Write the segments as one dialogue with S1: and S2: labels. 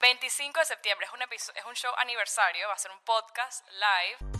S1: 25 de septiembre es un, episo- es un show aniversario, va a ser un podcast live.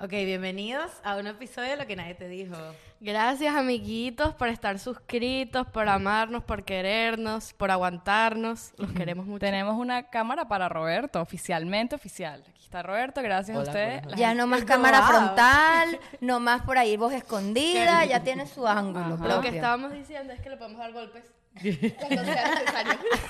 S2: Ok, bienvenidos a un episodio de Lo que nadie te dijo.
S3: Gracias amiguitos por estar suscritos, por amarnos, por querernos, por aguantarnos. Los queremos mucho.
S1: Tenemos una cámara para Roberto, oficialmente oficial. Aquí está Roberto, gracias
S2: Hola,
S1: a ustedes.
S2: hola.
S1: La
S4: Ya
S1: gente-
S4: no más cámara
S2: Wow.
S4: frontal, no más por ahí voz escondida, ya tiene su ángulo
S1: Ajá.
S3: Lo que
S4: propio.
S3: estábamos diciendo es que le podemos dar golpes.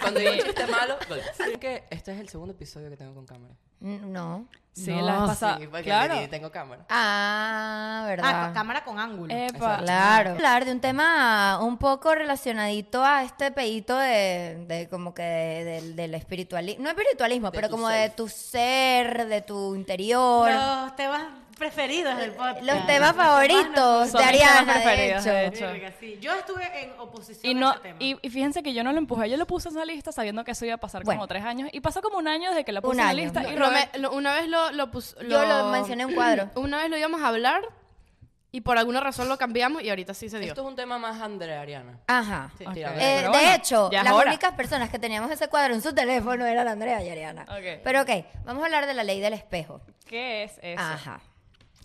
S5: Cuando digo un chiste malo, Creo que este es el segundo episodio que tengo con cámara.
S4: Mm, No.
S1: Sí,
S2: No,
S1: las pasadas.
S5: Sí, porque
S1: claro.
S5: claro. tengo cámara.
S4: Ah,
S2: Ah,
S4: verdad.
S2: con cámara con ángulo.
S4: Eh,
S1: Epa.
S4: Claro. Hablar de un tema un poco relacionadito a este pedito de, de como que de- del- del espiritualismo. No espiritualismo,
S5: De
S4: pero
S5: tu
S4: como de
S5: self.
S4: tu ser, de tu interior.
S2: Los temas preferidos del podcast.
S4: Eh, Los temas favoritos
S1: Son
S4: de
S1: mis temas
S4: Ariana, de
S1: preferidos, de
S4: hecho.
S1: hecho.
S2: Verga, sí. Yo estuve en oposición
S1: Y,
S2: a
S1: no,
S2: ese este tema.
S1: y, y fíjense que yo no lo empujé, yo lo puse en esa lista sabiendo que eso iba a pasar
S4: Bueno.
S1: como tres años. Y pasó como un año desde que la puse
S4: Un
S1: en la
S4: año.
S1: lista. Y
S3: Lo
S1: Robert-
S3: me- lo- una vez lo, lo pus-
S4: Yo lo mencioné en un cuadro.
S3: Una vez lo íbamos a hablar y por alguna razón lo cambiamos y ahorita sí se dio.
S5: Esto es un tema más andreariano.
S4: Ajá.
S5: Sí,
S3: Ok.
S4: Eh,
S1: Pero
S4: de
S1: bueno,
S4: hecho,
S1: ya es
S4: las
S1: hora.
S4: únicas personas que teníamos ese cuadro en su teléfono eran Andrea y Ariana.
S1: Ok.
S4: Pero ok, vamos a hablar de la ley del espejo.
S1: ¿Qué es eso?
S4: Ajá.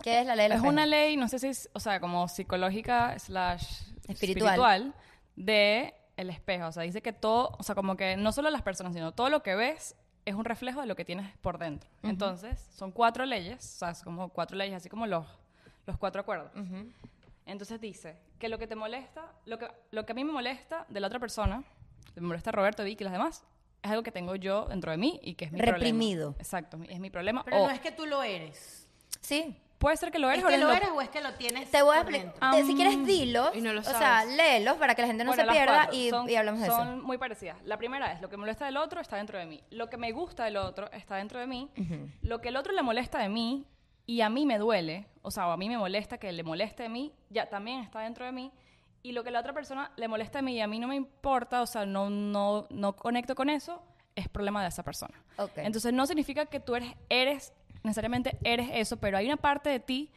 S4: ¿Qué es la ley del
S1: Es
S4: espejo?
S1: una ley, no sé si es, o sea, como psicológica slash espiritual,
S4: Espiritual.
S1: de el espejo. O sea, dice que todo, o sea, como que no solo las personas, sino todo lo que ves es un reflejo de lo que tienes por dentro. Entonces, son cuatro leyes, o sea, es como cuatro leyes, así como los, los cuatro acuerdos. Entonces dice que lo que te molesta, lo que, lo que a mí me molesta de la otra persona, me molesta a Roberto, Vicky y las demás, es algo que tengo yo dentro de mí y que es mi problema.
S4: Reprimido.
S1: Exacto, es mi problema.
S2: Pero
S1: o
S4: oh.
S2: no es que tú lo eres.
S4: Sí.
S1: Puede ser que lo
S2: ¿Es
S1: eres o
S2: que
S1: eres
S2: lo
S1: lo-
S2: eres o es que lo tienes
S4: Te voy a
S2: por
S4: explicar.
S2: dentro?
S4: si
S1: Um,
S4: quieres, dilos.
S3: y no lo
S4: O sea,
S3: sabes.
S4: léelos para que la gente no
S1: Bueno,
S4: se
S1: las
S4: pierda
S1: cuatro
S4: y,
S1: son-
S4: y hablamos de eso.
S1: Son muy parecidas. La primera es, lo que me molesta del otro está dentro de mí. Lo que me gusta del otro está dentro de mí. Lo que el otro le molesta de mí y a mí me duele, o sea, o a mí me molesta que le moleste de mí, ya también está dentro de mí. Y lo que la otra persona le molesta de mí y a mí no me importa, o sea, no, no, no conecto con eso, es problema de esa persona.
S4: Ok.
S1: Entonces no significa que tú eres, eres, necesariamente eres eso, pero hay una parte de ti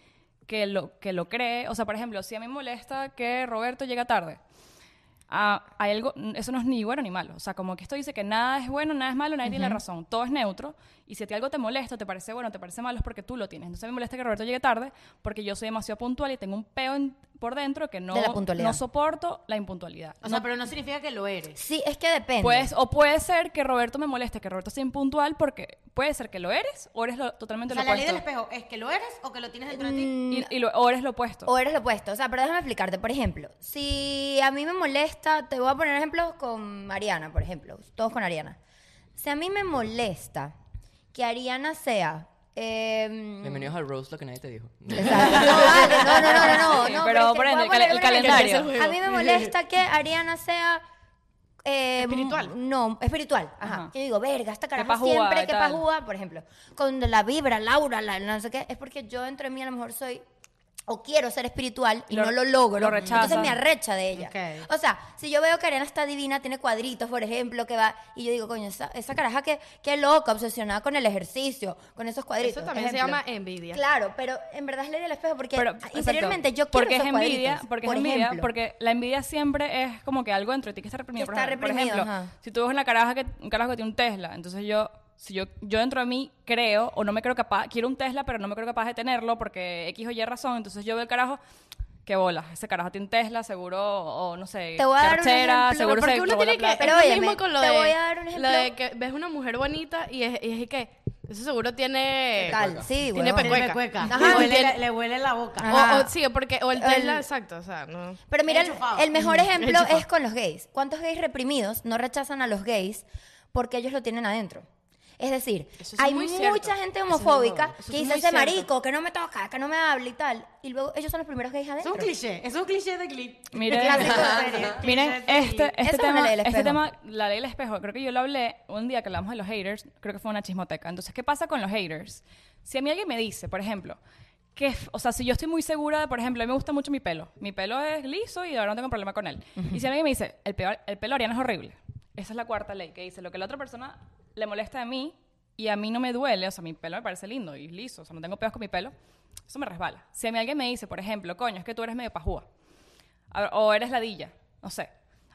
S1: que lo, que lo cree. O sea, por ejemplo, si a mí me molesta que Roberto llega tarde, Ah, hay algo, eso no es ni bueno ni malo. O sea, como que esto dice que nada es bueno, nada es malo, nadie tiene la razón. Todo es neutro. Y si a ti algo te molesta, te parece bueno, te parece malo, es porque tú lo tienes. Entonces me molesta que Roberto llegue tarde porque yo soy demasiado puntual y tengo un peo en- por dentro que no,
S4: De la puntualidad.
S1: no soporto la impuntualidad.
S2: O sea, pero no significa que lo eres.
S4: Sí, es que depende.
S1: Pues, o puede ser que Roberto me moleste, que Roberto sea impuntual porque puede ser que lo eres o eres lo-
S2: O
S1: totalmente
S2: sea,
S1: lo
S2: la ley
S1: opuesto.
S2: del espejo es que lo eres o que lo tienes dentro de
S4: Mm,
S2: ti.
S1: Y, y lo- o eres lo opuesto.
S4: O eres lo opuesto. O sea, pero déjame explicarte. Por ejemplo, si a mí me molesta, te voy a poner ejemplos con Ariana, por ejemplo. Todos con Ariana. Si a mí me molesta que Ariana sea. em,
S5: Bienvenidos al Rose, lo que nadie te dijo.
S4: Exacto. No, vale, no, no, no, no, no,
S1: Sí,
S4: no,
S1: pero
S4: es que
S1: por ende,
S4: voy a
S1: el
S4: poner
S1: cal- el
S4: una regla.
S1: calendario.
S4: A mí me molesta que Ariana sea... eh,
S2: Espiritual.
S4: m- No, espiritual. Ajá.
S1: Ajá.
S4: Yo digo, verga, esta caraja
S1: pajúa y
S4: siempre que
S1: tal.
S4: pajúa, por ejemplo, con la vibra, Laura, la, no sé qué, es porque yo entre mí a lo mejor soy o quiero ser espiritual y
S1: Lo-
S4: no lo logro.
S1: lo rechaza.
S4: Entonces me arrecha de ella.
S2: Ok.
S4: O sea, si yo veo que Ariana está divina, tiene cuadritos, por ejemplo, que va, y yo digo, coño, esa, esa caraja que, que loca, obsesionada con el ejercicio, con esos cuadritos.
S3: Eso también se
S4: ejemplo.
S3: llama envidia.
S4: Claro, pero en verdad es ley del espejo porque
S1: Pero,
S4: ah,
S1: exacto.
S4: interiormente yo quiero
S1: porque
S4: esos
S1: es envidia
S4: cuadritos,
S1: porque
S4: por
S1: es envidia
S4: ejemplo.
S1: porque la envidia siempre es como que algo dentro de ti que está reprimido
S4: Que
S1: por
S4: está
S1: ejemplo, por
S4: reprimido,
S1: ejemplo,
S4: ajá.
S1: si tú ves una caraja que un carajo que tiene un Tesla entonces yo si yo yo dentro de mí creo o no me creo capaz quiero un Tesla pero no me creo capaz de tenerlo porque x o y razón entonces yo veo el carajo que bolas ese carajo tiene un Tesla seguro o no sé
S4: Te voy a dar un
S1: cartera,
S4: ejemplo,
S1: seguro
S3: porque
S1: se
S3: uno
S1: robó la
S3: tiene que
S1: plata.
S4: Pero
S3: es lo
S4: óyeme,
S3: mismo con lo
S4: te
S3: de,
S4: voy a dar un
S3: lo de
S4: ejemplo.
S3: que ves una mujer bonita y es, y es que eso seguro tiene
S4: Tal, sí,
S3: tiene
S4: huevón.
S3: pecueca.
S2: Le hueca.
S4: Ajá. Ah,
S2: Le, huele,
S3: Tiene-
S2: le huele la boca.
S4: Ajá.
S3: O, o sí, porque o el
S4: El-
S3: Tesla, exacto, o sea, no.
S4: Pero mira, el,
S2: Enchufado.
S4: el mejor ejemplo
S3: Enchufado.
S4: es con los gays. ¿Cuántos gays reprimidos no rechazan a los gays porque ellos lo tienen adentro? Es decir,
S3: Eso es
S4: hay
S3: muy
S4: mucha
S3: cierto.
S4: gente
S3: Eso es muy
S4: homofóbica
S3: bueno. Eso
S4: que
S3: es
S4: dice
S3: muy
S4: ese
S3: cierto.
S4: marico, que no me toca, que no me habla y tal. Y luego ellos son los primeros gays
S2: Es
S4: adentro.
S2: un cliché. Es un cliché de cliché.
S1: Miren,
S4: Clásico de
S2: serie, cliché
S1: miren
S2: de serie.
S1: este,
S4: Eso
S1: este,
S4: es una
S1: tema,
S4: ley del
S1: este
S4: espejo.
S1: tema, la ley del espejo, creo que yo lo hablé un día que hablamos de los haters, creo que fue una chismoteca. Entonces, ¿qué pasa con los haters? Si a mí alguien me dice, por ejemplo, que, f- o sea, si yo estoy muy segura, de, por ejemplo, a mí me gusta mucho mi pelo, mi pelo es liso y ahora no tengo problema con él. Y si alguien me dice, el, peor, el pelo de Ariana es horrible, esa es la cuarta ley que dice, lo que la otra persona le molesta a mí, y a mí no me duele, o sea, mi pelo me parece lindo y liso, o sea, no tengo peos con mi pelo, eso me resbala. Si a mí alguien me dice, por ejemplo, coño, es que tú eres medio pajúa, a ver, o eres ladilla, no sé,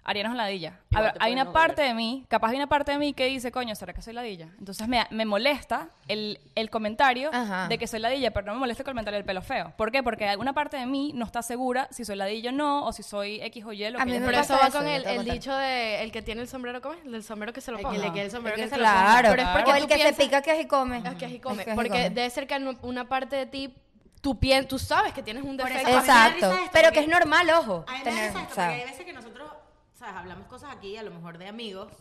S1: Ariana es ladilla. A
S5: Igual
S1: ver, hay
S5: te puede
S1: una
S5: no
S1: parte
S5: doler.
S1: de mí, capaz hay una parte de mí que dice, coño, ¿será que soy ladilla? Entonces me, me molesta el, el comentario
S4: Ajá.
S1: de que soy ladilla, pero no me molesta el comentario del pelo feo. ¿Por qué? Porque alguna parte de mí no está segura si soy ladilla o no, o si soy X o Y, lo
S4: A
S1: que
S4: mí
S1: yo
S4: me
S3: Pero eso
S4: pasa
S3: va
S4: eso,
S3: con
S4: yo
S3: el,
S4: te voy a
S3: el
S4: contar.
S3: dicho de el que tiene el sombrero, ¿cómo es? Del sombrero que se lo
S2: El que
S3: ponga.
S2: le quede el sombrero
S4: El
S2: que
S4: que-
S2: se lo
S4: claro.
S1: Pero es porque
S4: o
S1: tú
S4: el que se
S3: piensas-
S4: pica que es y come.
S3: Es que así
S4: Es
S3: come.
S4: que así
S3: porque
S4: come.
S3: debe ser que en una parte de ti, tú, pien- tú sabes que tienes un
S2: Por eso-
S3: defecto.
S2: Exacto. A mí me da
S4: Exacto.
S2: risa esto,
S4: Pero
S2: porque-
S4: que es normal, ojo.
S2: A mí me da
S4: tener-
S2: risa esto,
S4: o sea,
S2: porque hay veces que nosotros, ¿sabes? Hablamos cosas aquí, a lo mejor de amigos,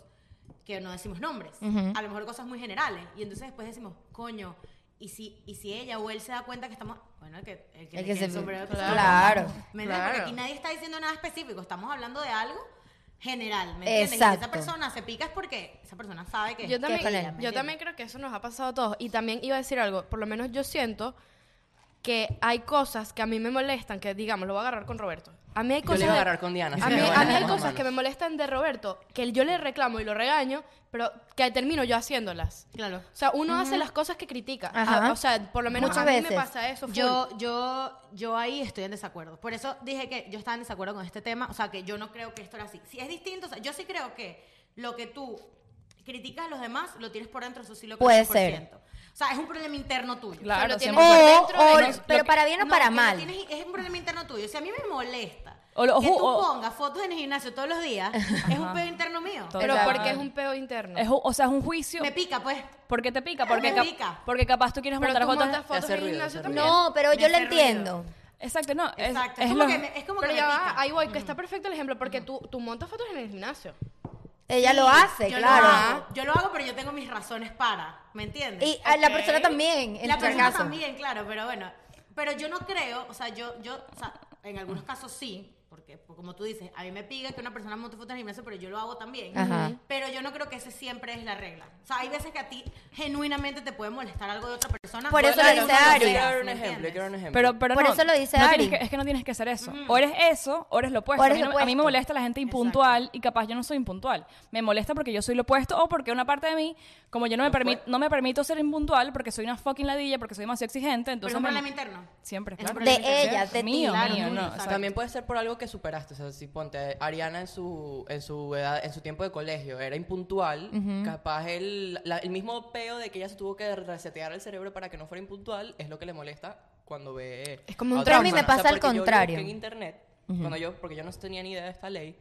S2: que no decimos nombres. A lo mejor cosas muy generales. Y entonces después decimos, coño, y si, y si ella o él se da cuenta que estamos. Bueno, el que, el que, le
S4: El que
S2: quede el
S4: se-
S2: sombrero.
S4: claro,
S2: ¿Me entiendes? Porque
S3: claro.
S2: aquí nadie está diciendo nada específico. Estamos hablando de algo general. ¿Me entiendes? Y si esa
S4: Exacto.
S2: persona se pica es porque esa persona sabe que.
S3: Yo
S4: con ella,
S3: también,
S2: ¿me
S3: yo
S2: entiendes?
S3: también creo que eso nos ha pasado a todos. Y también iba a decir algo, por lo menos yo siento que hay cosas que a mí me molestan, que digamos, lo voy a agarrar con Roberto. A mí hay
S5: Yo
S3: cosas...
S5: le iba a
S3: de-
S5: agarrar con Diana.
S3: A mí, a mí hay cosas que me molestan de Roberto, que yo le reclamo y lo regaño, pero que termino yo haciéndolas.
S2: Claro.
S3: O sea, uno hace las cosas que critica.
S4: Ajá.
S3: Ah, o sea, por lo menos
S4: Muchas
S3: a mí me
S4: veces.
S3: pasa eso. full.
S2: Yo, yo, yo ahí estoy en desacuerdo. Por eso dije que yo estaba en desacuerdo con este tema. O sea, que yo no creo que esto era así. Si es distinto, o sea, yo sí creo que lo que tú criticas a los demás, lo tienes por dentro, eso sí lo creo
S4: Puede
S2: 100%. O sea, es un problema interno tuyo.
S1: Claro,
S3: O sea, lo
S1: siempre.
S3: tienes
S1: O-
S3: por dentro
S4: O, o-
S3: y no-
S1: lo-
S4: pero para bien o
S2: No,
S4: para
S2: que lo
S4: mal.
S2: tienes- es un problema interno tuyo. Si a mí me molesta
S1: O lo-
S2: que
S1: ojo,
S2: tú
S1: o-
S2: pongas fotos en el gimnasio todos los días, es un pedo interno mío.
S1: Total.
S3: Pero
S1: Exacto.
S3: porque es un peo interno.
S1: Es un- o sea, es un juicio.
S2: Me pica, pues.
S1: ¿Por qué te pica?
S2: Me
S1: Porque, cap-
S2: pica.
S1: porque capaz tú quieres
S3: pero
S1: montar
S3: tú
S1: fotos.
S3: montas fotos en
S5: hace
S3: el
S5: ruido,
S3: gimnasio
S5: hace ruido.
S3: también.
S4: No, pero
S2: Me
S4: yo lo
S2: hace
S4: entiendo.
S2: ruido.
S1: Exacto, no. es-
S2: Exacto.
S1: Es,
S2: Es,
S1: lo-
S2: como que me- es como que
S3: Pero
S2: me
S3: ya
S2: pica.
S3: va, ahí voy, que está perfecto el ejemplo, porque tú, tú montas fotos en el gimnasio.
S4: Ella lo hace,
S2: yo
S4: claro.
S2: Lo hago, yo lo hago, pero yo tengo mis razones para, ¿me entiendes?
S4: Y a la persona
S3: Ok.
S4: también, en
S2: la
S4: tu
S2: persona
S4: caso.
S2: también, claro, pero bueno. Pero yo no creo, o sea, yo, yo, o sea, en algunos casos sí, porque pues, como tú dices, a mí me pica que una persona monte fotos en el gimnasio, pero yo lo hago también.
S4: Ajá.
S2: Pero yo no creo que ese siempre es la regla. O sea, hay veces que a ti genuinamente te puede molestar algo de otra persona.
S4: Por eso lo
S2: Bueno,
S4: dice
S2: no, no,
S5: Yo
S4: Ari.
S5: quiero
S2: no,
S5: dar un
S2: ¿me
S5: ejemplo, yo
S2: entiendes?
S5: quiero dar un ejemplo.
S1: Pero, pero
S4: Por
S1: no,
S4: eso lo dice
S1: no
S4: Ari.
S1: tienes que- es que no tienes que ser eso. O eres eso, o eres lo opuesto.
S4: O
S1: A
S4: eres
S1: mí, no-
S4: lo
S1: a mí me
S4: opuesto.
S1: molesta la gente impuntual y capaz yo no soy impuntual. Me molesta porque yo soy lo opuesto o porque una parte de mí, como yo no me, permit- no me permito ser impuntual porque soy una fucking ladilla, porque soy demasiado exigente,
S2: Pero
S1: entonces...
S2: es un
S1: me-
S2: problema interno.
S1: Siempre,
S2: Es un
S1: claro.
S2: problema
S4: De
S2: interno.
S4: ella, de ti.
S1: mío,
S2: Claro,
S1: mío,
S2: tuyo,
S1: no.
S2: exacto.
S1: o sea,
S5: También puede ser por algo que superaste. O sea, si ponte, Ariana en su, en su edad, en su tiempo de colegio era impuntual, capaz el, la- el mismo peo de que ella se tuvo que resetear el cerebro para que no fuera impuntual es lo que le molesta cuando ve.
S3: Es como un
S5: a otra
S4: trauma. Pero a mí me
S5: persona.
S4: pasa al
S5: porque yo
S4: contrario.
S5: busqué en internet, cuando yo, porque yo no tenía ni idea de esta ley,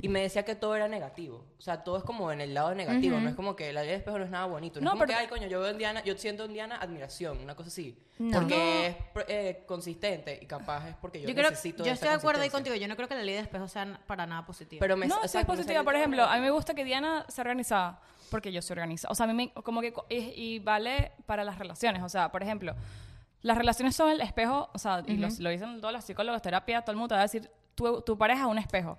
S5: y me decía que todo era negativo. O sea, todo es como en el lado negativo. No es como que la ley de espejo no es nada bonito. No,
S1: No,
S5: es como
S1: pero-
S5: que, ay, coño, yo veo en Diana, yo siento en Diana admiración, una cosa así.
S4: No.
S5: Porque es pro- eh, consistente y capaz es porque yo,
S2: Yo, creo,
S5: necesito
S2: yo
S5: esa
S2: estoy de acuerdo ahí
S5: consistencia.
S2: contigo. Yo no creo que la ley de espejo sea n- para nada positiva.
S5: Pero me
S1: No,
S5: o
S1: soy
S5: sea, me
S1: positiva.
S5: sale
S1: Por
S5: todo
S1: ejemplo, a
S5: negativo.
S1: mí me gusta que Diana sea organizada porque yo soy organizada. O sea, a mí me, como que co- y, y vale para las relaciones. O sea, por ejemplo, las relaciones son el espejo, o sea, y los- lo dicen todos los psicólogos, terapia, todo el mundo te va a decir, tu, tu pareja es un espejo.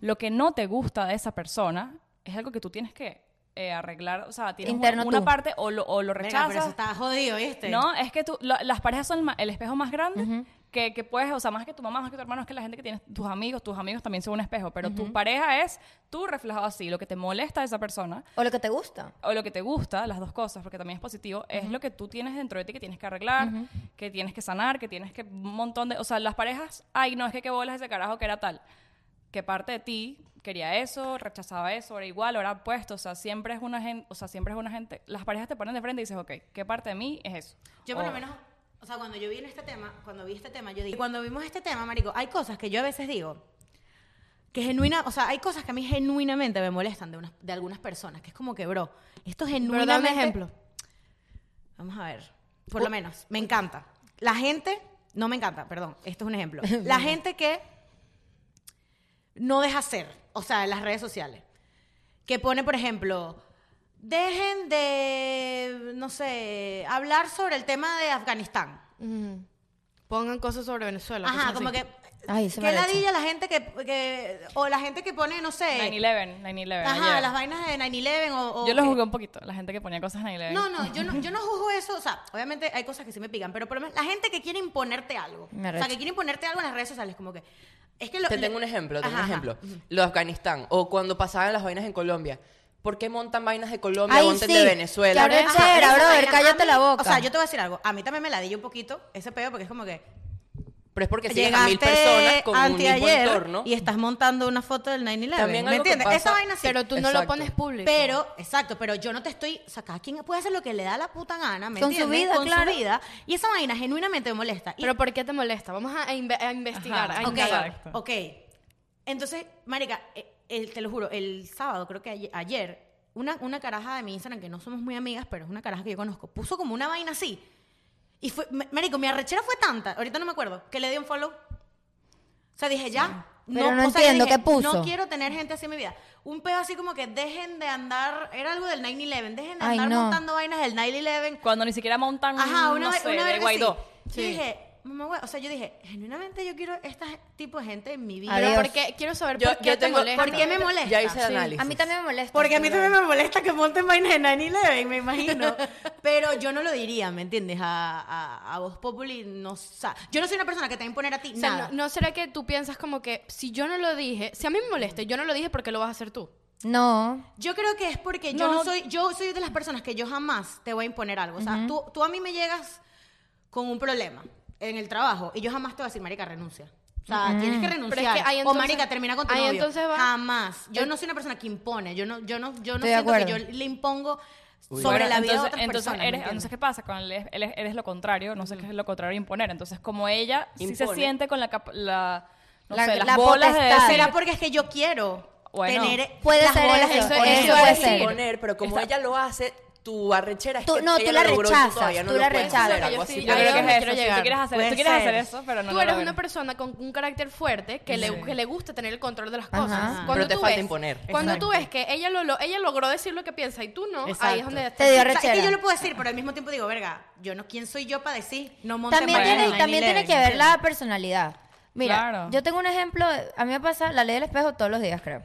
S1: Lo que no te gusta de esa persona es algo que tú tienes que eh, arreglar. O sea, tienes una-
S4: Interno
S1: una,
S4: tú.
S1: parte o lo, o lo
S2: Venga,
S1: rechazas.
S2: pero eso está jodido, ¿viste?
S1: No, es que tú, la- las parejas son el, ma- el espejo más grande que, que puedes, o sea, más que tu mamá, más que tu hermano, es que la gente que tienes, tus amigos, tus amigos también son un espejo, pero tu pareja es tú reflejado así, lo que te molesta de esa persona
S4: O lo que te gusta.
S1: o lo que te gusta, las dos cosas, porque también es positivo, es lo que tú tienes dentro de ti que tienes que arreglar, que tienes que sanar, que tienes que un montón de, o sea, las parejas, ay, no, es que qué bolas ese carajo que era tal, que parte de ti quería eso, rechazaba eso, era igual, era opuesto, o sea, siempre es una gente, o sea, siempre es una gente, las parejas te ponen de frente y dices, ok, ¿qué parte de mí es eso?
S2: Yo
S3: Oh.
S2: por lo
S1: O-
S2: menos, o sea, cuando yo vi en este tema, cuando vi este tema, yo dije, cuando vimos este tema, marico, hay cosas que yo a veces digo que genuina, o sea, hay cosas que a mí genuinamente me molestan de unas de algunas personas, que es como que, bro, esto
S3: Pero
S2: genuinamente
S3: dame un ejemplo.
S2: Vamos a ver. Por lo menos, me encanta. La gente, no me encanta, perdón, esto es un ejemplo. La gente que no deja ser, o sea, en las redes sociales, que pone, por ejemplo, dejen de, no sé, hablar sobre el tema de Afganistán.
S3: Ujú. Pongan cosas sobre Venezuela.
S2: Ajá,
S3: cosas
S2: como
S3: así.
S2: que...
S4: Ay, eso me
S2: ¿Qué
S4: lo he hecho.
S2: ladilla la gente que, que- O la gente que pone, no sé...
S1: 9-11, 9-11.
S2: Ajá,
S1: ayer.
S2: las vainas de 9-11 o... o
S1: Yo lo
S2: que-
S1: jugué un poquito, la gente que ponía cosas en 9-11.
S2: No, no, yo no, yo no juzgo eso. O sea, obviamente hay cosas que sí me pican, pero por lo menos la gente que quiere imponerte algo.
S4: Me
S2: o sea,
S4: arrecha.
S2: que quiere imponerte algo en las redes sociales, como que. Es que lo,
S5: Te
S2: le-
S5: tengo un ejemplo, te tengo
S2: Ajá,
S5: un ejemplo.
S2: ajá.
S5: Lo de Afganistán o cuando pasaban las vainas en Colombia. ¿Por qué montan vainas de Colombia,
S4: Ay,
S5: monten
S4: sí,
S5: de Venezuela?
S4: claro.
S2: Ajá,
S4: Chera,
S2: pero eso
S4: brother,
S2: también,
S4: cállate
S2: a mí-
S4: la boca.
S2: O sea, yo te voy a decir algo. A mí también me la di un poquito ese pedo porque es como que
S5: Pero es porque siguen
S2: llegaste
S5: a mil personas con un mismo
S2: anteayer
S5: entorno.
S2: y estás montando una foto del 9-11.
S5: También
S2: ¿Me
S5: algo que
S2: entiendes?
S5: pasa-
S2: Esa vaina sí.
S3: Pero tú no lo
S5: Exacto.
S3: pones público.
S2: Pero, exacto, pero yo no te estoy. O sea, cada quien puede hacer lo que le da la puta gana, ¿me
S4: Con su
S2: entiendes?
S4: vida,
S2: Con
S4: claro.
S2: su vida. Y esa vaina genuinamente me molesta. Y-
S3: ¿Pero por qué te molesta? Vamos a, a inve- a investigar.
S1: Ajá.
S3: a
S2: ok,
S3: indagar.
S1: Exacto.
S2: ok. Entonces, Marica, eh, el- te lo juro, el sábado, creo que aye- ayer, una, una caraja de mi Instagram, que no somos muy amigas, pero es una caraja que yo conozco, puso como una vaina así. Y fue, ma- Marico, mi arrechera fue tanta, ahorita no me acuerdo, que le di un follow. O sea, dije, ya.
S4: Pero no
S2: o sea, yo
S4: entiendo,
S2: dije,
S4: ¿qué puso?
S2: No quiero tener gente así en mi vida. Un pedo así como que dejen de andar, era algo del 9-11, dejen de
S4: Ay,
S2: andar
S4: no.
S2: montando vainas del 9-11
S1: Cuando ni siquiera montan,
S2: Ajá, una,
S1: Mm, no
S2: vez
S1: sé,
S2: una
S1: de
S2: verga
S1: Guaidó.
S2: así. Yo dije, mamá, güey, o sea, yo dije, genuinamente yo quiero este tipo de gente en mi vida.
S4: Adiós.
S3: Pero porque quiero saber
S5: Yo-
S3: por qué
S5: yo
S3: te
S5: tengo-
S3: molesta.
S2: ¿Por qué me molesta?
S5: Ya hice el
S2: Sí.
S5: análisis.
S4: A mí también me molesta.
S2: Porque a mí
S4: sí,
S2: también
S4: brother.
S2: me molesta que monten vainas de 9-11, me imagino. Pero yo no lo diría, ¿me entiendes? A, a, a Voz Populi, no sa- Yo no soy una persona que te va a imponer a ti
S3: O sea,
S2: nada.
S3: no, no será que tú piensas como que si yo no lo dije, si a mí me molesta, y yo no lo dije porque lo vas a hacer tú.
S4: No.
S2: Yo creo que es porque yo
S1: No.
S2: no soy, yo soy de las personas que yo jamás te voy a imponer algo. O sea, tú, tú a mí me llegas con un problema en el trabajo y yo jamás te voy a decir, marica, renuncia. O sea, tienes que renunciar.
S3: ahí
S2: o
S3: entonces-
S2: marica, termina con tu
S3: ahí
S2: novio.
S3: entonces va-
S2: Jamás. Yo no soy una persona que impone. Yo no, yo no, yo no
S4: Estoy de
S2: siento que yo
S4: acuerdo.
S2: le impongo
S5: Uy.
S2: sobre
S1: Bueno,
S2: la vida
S1: entonces,
S2: de otras
S1: entonces
S2: personas. ¿me
S1: Eres,
S2: entiendes?
S1: entonces, ¿qué pasa? Con él, es- él es- eres lo contrario, no sé qué es lo contrario imponer. Entonces, como ella sí se
S5: Impone.
S1: siente con la, cap- la, no
S4: La-
S1: sé, las
S4: la
S1: bolas de
S4: potestad.
S1: decir-
S2: Será porque es que yo quiero
S1: Bueno.
S2: tener
S4: Puede
S2: las
S4: ser
S2: bolas
S4: eso,
S2: de-
S4: por
S2: Eso
S4: eso
S2: iba a
S4: puede
S5: puedes
S4: ser.
S5: imponer, pero como ella lo hace, tu arrechera es
S4: Tú-
S5: que
S4: no, tú
S5: ella
S4: la
S5: lo logró y
S4: rechazas,
S5: todavía no
S4: tú
S5: lo
S4: la
S5: puedes hacer,
S4: rechazas.
S5: algo
S3: Yo
S5: así.
S3: sí-
S1: Yo
S3: Ahí
S1: creo
S3: es
S1: que
S3: donde
S1: es
S3: quiero
S1: eso. Si
S3: llegar.
S1: tú quieres hacer,
S2: Puede
S1: tú quieres
S2: ser.
S1: hacer eso, pero no
S3: tú
S1: lo
S3: eres
S1: logras.
S3: una persona con un carácter fuerte que le, que le gusta tener el control de las
S4: Ajá.
S3: cosas.
S4: Ajá.
S5: Pero te
S3: tú
S5: falta
S3: ves-
S5: imponer.
S3: Cuando tú ves
S2: Exacto.
S3: que ella, lo, lo- ella logró decir lo que piensa y tú no, ahí es
S2: Exacto.
S3: donde
S4: Te dio
S2: O sea, es que
S4: rechera.
S2: yo lo puedo decir, pero al mismo tiempo digo, verga, yo no, ¿quién soy yo para decir? No monten
S4: También,
S2: vainas
S1: Bueno,
S4: tiene,
S2: del
S4: también tiene
S2: 9/11,
S4: que ver
S2: ¿entiendes?
S4: la personalidad. Mira,
S1: Claro.
S4: yo tengo un ejemplo, a mí me pasa la ley del espejo todos los días, creo.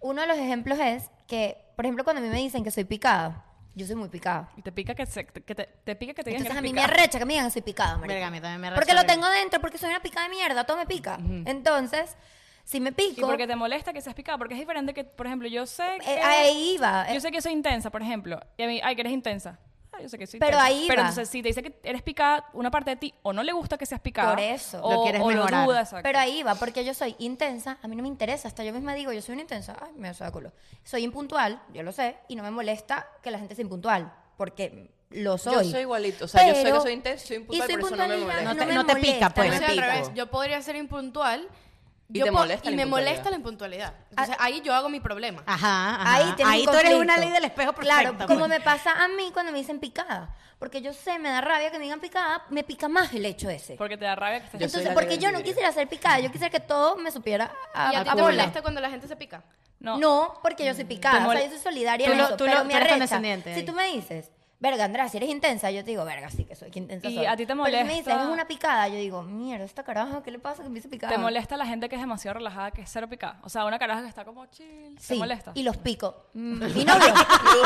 S4: Uno de los ejemplos es que, por ejemplo, cuando a mí me dicen que soy picada, yo soy muy picada.
S1: Y te pica que, se- que te, te pica que te digan que
S4: Entonces a
S1: eres
S4: mí me
S1: picada.
S4: arrecha que me digan que soy picada, marica.
S2: Verga, a mí también me
S4: Porque
S2: arrecha,
S4: lo
S2: verga.
S4: tengo dentro, porque soy una picada de mierda, todo me pica. Entonces, si me
S1: Y
S4: pico,
S1: porque te molesta que seas picada, porque es diferente que, por ejemplo, yo sé que...
S4: eh, ahí iba.
S1: Yo sé que soy intensa, por ejemplo. Y a mí, ay, que eres intensa. Ah, yo sé que soy
S4: Pero
S1: intensa.
S4: ahí
S1: Pero
S4: va.
S1: entonces, si te dice que eres picada, una parte de ti o no le gusta que seas picada.
S4: Por eso.
S1: O
S2: Lo quieres
S1: o
S2: mejorar.
S1: duda, exacto.
S4: Pero ahí va, porque yo soy intensa, a mí no me interesa, hasta yo misma digo, yo soy una intensa, ay, me saco culo. Soy impuntual, yo lo sé, y no me molesta que la gente sea impuntual, porque lo soy.
S5: soy igualito, o sea, yo sé que
S4: Pero-
S5: soy intensa, soy impuntual,
S4: y soy
S5: por eso no me
S4: puntualidad,
S5: molesta.
S2: No te- no te pica,
S4: molesta,
S2: pues.
S4: no
S3: Yo soy
S4: me-
S3: al
S5: pico.
S3: revés. Yo podría ser impuntual.
S5: Y
S3: yo
S5: te
S3: po-
S5: molesta
S3: y
S5: la
S3: me
S5: impuntualidad. Ah.
S3: molesta la impuntualidad. Entonces ahí yo hago mi problema.
S2: Ajá, ajá.
S4: Ahí, tienes un
S2: tú eres
S4: conflicto.
S2: una ley del espejo perfecta. pues.
S4: Claro, como me pasa a mí cuando me dicen picada, porque yo sé, me da rabia que me digan picada, me pica más el hecho ese.
S1: Porque te da rabia que estés...
S5: Yo soy
S4: Entonces,
S5: la
S4: porque
S5: del
S4: yo no
S5: vidrio.
S4: quisiera ser picada, yo quisiera que todo me supiera
S5: Ah,
S4: a,
S3: ¿Y a ti te
S4: cola.
S3: molesta cuando la gente se pica?
S1: No.
S4: No, porque yo soy
S1: Te
S4: picada, o
S1: mol-
S4: sea, yo soy solidaria
S2: Tú
S4: en
S2: lo-
S4: eso,
S2: tú
S4: pero
S2: lo-
S4: me
S2: tú eres
S4: arrecha.
S2: condescendiente
S4: Si
S2: ahí.
S4: tú me dices, verga, Andrés, si eres intensa, yo te digo, verga, sí que soy que intensa
S1: Y
S4: soy".
S1: a ti te
S4: Pero si me
S1: molesta-
S4: dices, es una picada, yo digo, mierda, esta caraja, ¿qué le pasa que me dice picada?
S1: Te molesta la gente que es demasiado relajada, que es cero picada. O sea, una caraja que está como chill.
S4: Sí,
S1: Te molesta.
S4: y los pico. Mm, Mi novio.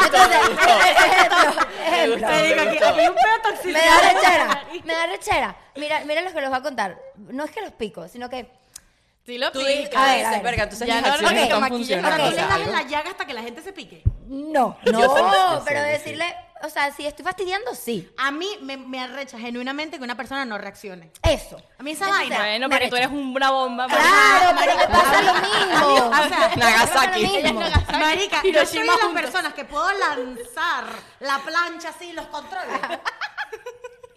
S4: Entonces, ejemplo, ejemplo.
S2: Te digo, aquí, aquí hay un pedo toxicidad.
S4: Me da rechera, me da rechera. Mira, mira lo que les voy a contar. No es que los pico, sino que...
S3: Sí lo
S5: Tú
S3: pica.
S5: dices,
S4: A ver, a
S5: dices,
S4: ver.
S5: verga, entonces
S3: Ya
S5: mis
S3: no,
S5: acciones
S4: ok,
S5: están
S3: maquillaje,
S5: funcionando,
S2: Ahora,
S5: o
S2: ¿tú le
S5: sea,
S2: das en
S5: algo.
S2: la llaga hasta que la gente se pique?
S4: No,
S5: Yo sé,
S4: no,
S5: yo
S4: pero
S5: sé, yo
S4: decirle, o sea, si estoy fastidiando, sí.
S2: A mí me, me arrecha genuinamente que una persona no reaccione.
S4: Eso.
S2: A mí esa
S4: Entonces,
S2: vaina.
S1: Bueno,
S4: me
S1: porque tú
S4: arrecha.
S1: eres una bomba.
S4: Claro, pero me pasa lo mismo.
S2: O sea,
S5: Nagasaki.
S4: Me pasa lo mismo.
S2: Marica, yo soy de
S3: Hiroshima
S2: las
S3: juntos.
S2: personas que puedo lanzar la plancha así, los controles.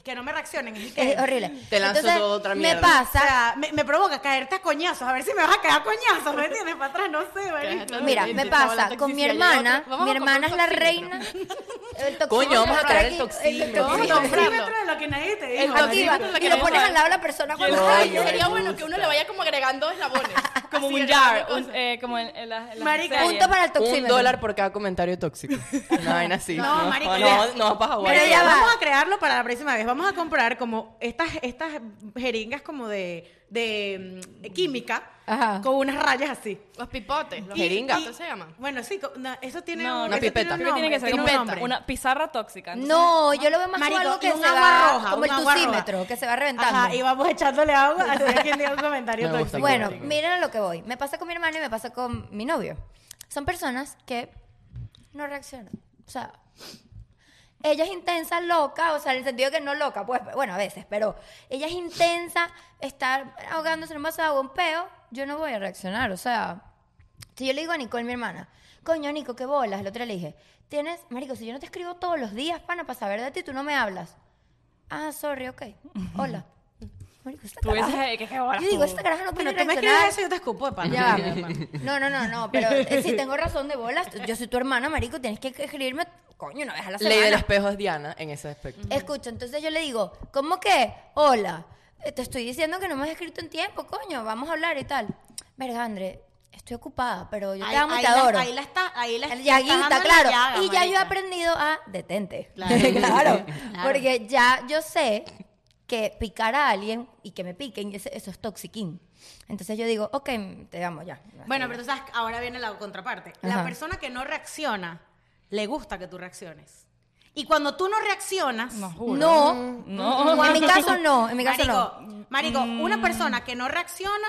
S2: que no me reaccionen. Es que-
S4: Es horrible.
S5: Te lanzo
S4: Entonces,
S5: toda otra
S4: Me
S5: mierda.
S2: O
S4: pasa
S2: sea, me, me provoca caerte a coñazos. A ver si me vas a caer a coñazos. ¿Me entiendes? Para atrás, no sé, marica.
S4: Mira,
S3: Ay,
S4: me
S3: te
S4: pasa
S3: estaba
S4: con mi
S3: la toxicidad,
S4: hermana.
S3: yo no- vamos
S4: Mi
S3: a comprar
S4: hermana es la
S3: un
S4: reina. El toxímetro
S5: Coño, vamos a
S4: por
S5: traer el
S4: aquí,
S5: toxímetro.
S2: Un
S4: toxímetro.
S2: toxímetro de lo que nadie te dijo.
S4: Aquí va,
S3: Toxímetro,
S4: y
S3: lo
S4: lo
S3: que
S4: pones
S3: no
S4: al lado de la persona cuando
S5: Yo-
S4: sale.
S5: Ay, me
S3: Sería bueno que
S5: gusta.
S3: uno le vaya como agregando eslabones.
S1: Como
S3: Así,
S1: un
S3: de cada
S1: jar.
S3: cosa.
S1: un- eh, como en, en las- en las
S2: Marica,
S1: series.
S4: Punto para el
S5: Un
S4: toxímetro.
S5: dólar por cada comentario tóxico. Una vaina así.
S2: No, marica,
S5: No,
S2: ya.
S5: no, no, para Hawái.
S4: Pero
S2: Pero
S4: ya
S2: ya
S4: va.
S2: vamos a crearlo para la próxima vez. Vamos a comprar como estas, estas jeringas como de, de mm, química
S4: Ajá.
S2: con unas rayas así.
S3: Los pipotes. Los
S2: Y-
S5: Jeringa.
S2: y-
S3: ¿Cómo se llama?
S2: Bueno, sí, co- no, eso tiene
S1: No,
S2: un-
S1: una
S2: eso tiene
S5: pipeta.
S2: un
S1: Creo que tiene que
S2: nombre,
S1: ser
S2: tiene un
S1: como
S2: nombre.
S1: una pizarra tóxica. Entonces,
S4: No, yo lo veo más como
S2: Marico,
S4: algo
S2: y
S4: que
S2: un
S4: se
S2: agua
S4: va
S2: roja,
S4: como el
S2: un agua roja.
S4: tucímetro que se va reventando.
S2: Ajá, y vamos echándole agua así a quien diga un comentario
S5: Me gusta.
S2: tóxico.
S4: Bueno,
S5: Digo, digo.
S4: miren a lo que voy. Me pasa con mi hermano y me pasa con mi novio. Son personas que no reaccionó. O sea, ella es intensa, loca, o sea, en el sentido de que no loca, pues, bueno, a veces, pero ella es intensa, está ahogándose en un vaso de agua, un peo, yo no voy a reaccionar, o sea, si yo le digo a Nicole, mi hermana, coño, Nico, qué bolas, la otra le dije, tienes, marico, si yo no te escribo todos los días, pana, para saber de ti, tú no me hablas. Ah, sorry, ok, hola. Marico, esta
S1: Tú dices,
S4: caraja-
S1: "Ey, qué bolas
S4: Yo digo,
S1: tú".
S4: esta caraja no
S2: Bueno,
S4: puede
S2: tú me escribes
S4: reaccionar.
S2: eso y yo te escupo de pana.
S4: Ya. No, no, no, no, pero eh, si tengo razón de bolas, yo soy tu hermana, marico, tienes que escribirme, coño, una vez a la semana.
S5: Ley del espejo es Diana en ese aspecto.
S4: Escucha, entonces yo le digo, ¿cómo que? Hola, eh, te estoy diciendo que no me has escrito en tiempo, coño, vamos a hablar y tal. Verga, André, estoy ocupada, pero yo te amo y te adoro.
S2: ahí la está, ahí la
S4: El llaguita,
S2: estás dando
S4: claro.
S2: la llaga,
S4: y ya yo he
S2: marica.
S4: aprendido a detente.
S2: Claro.
S4: Claro.
S2: Claro.
S4: Porque ya yo sé que picar a alguien y que me piquen, ese- eso es toxiquín. Entonces yo digo, ok, te amo ya.
S2: Bueno, pero tú sabes, que ahora viene la contraparte. La
S4: Ajá.
S2: persona que no reacciona, le gusta que tú reacciones. Y cuando tú no reaccionas, Mm,
S1: No, juro.
S4: No,
S5: Mm,
S1: No.
S4: En mi caso no, en mi caso no.
S2: marico, marico, una persona que no reacciona,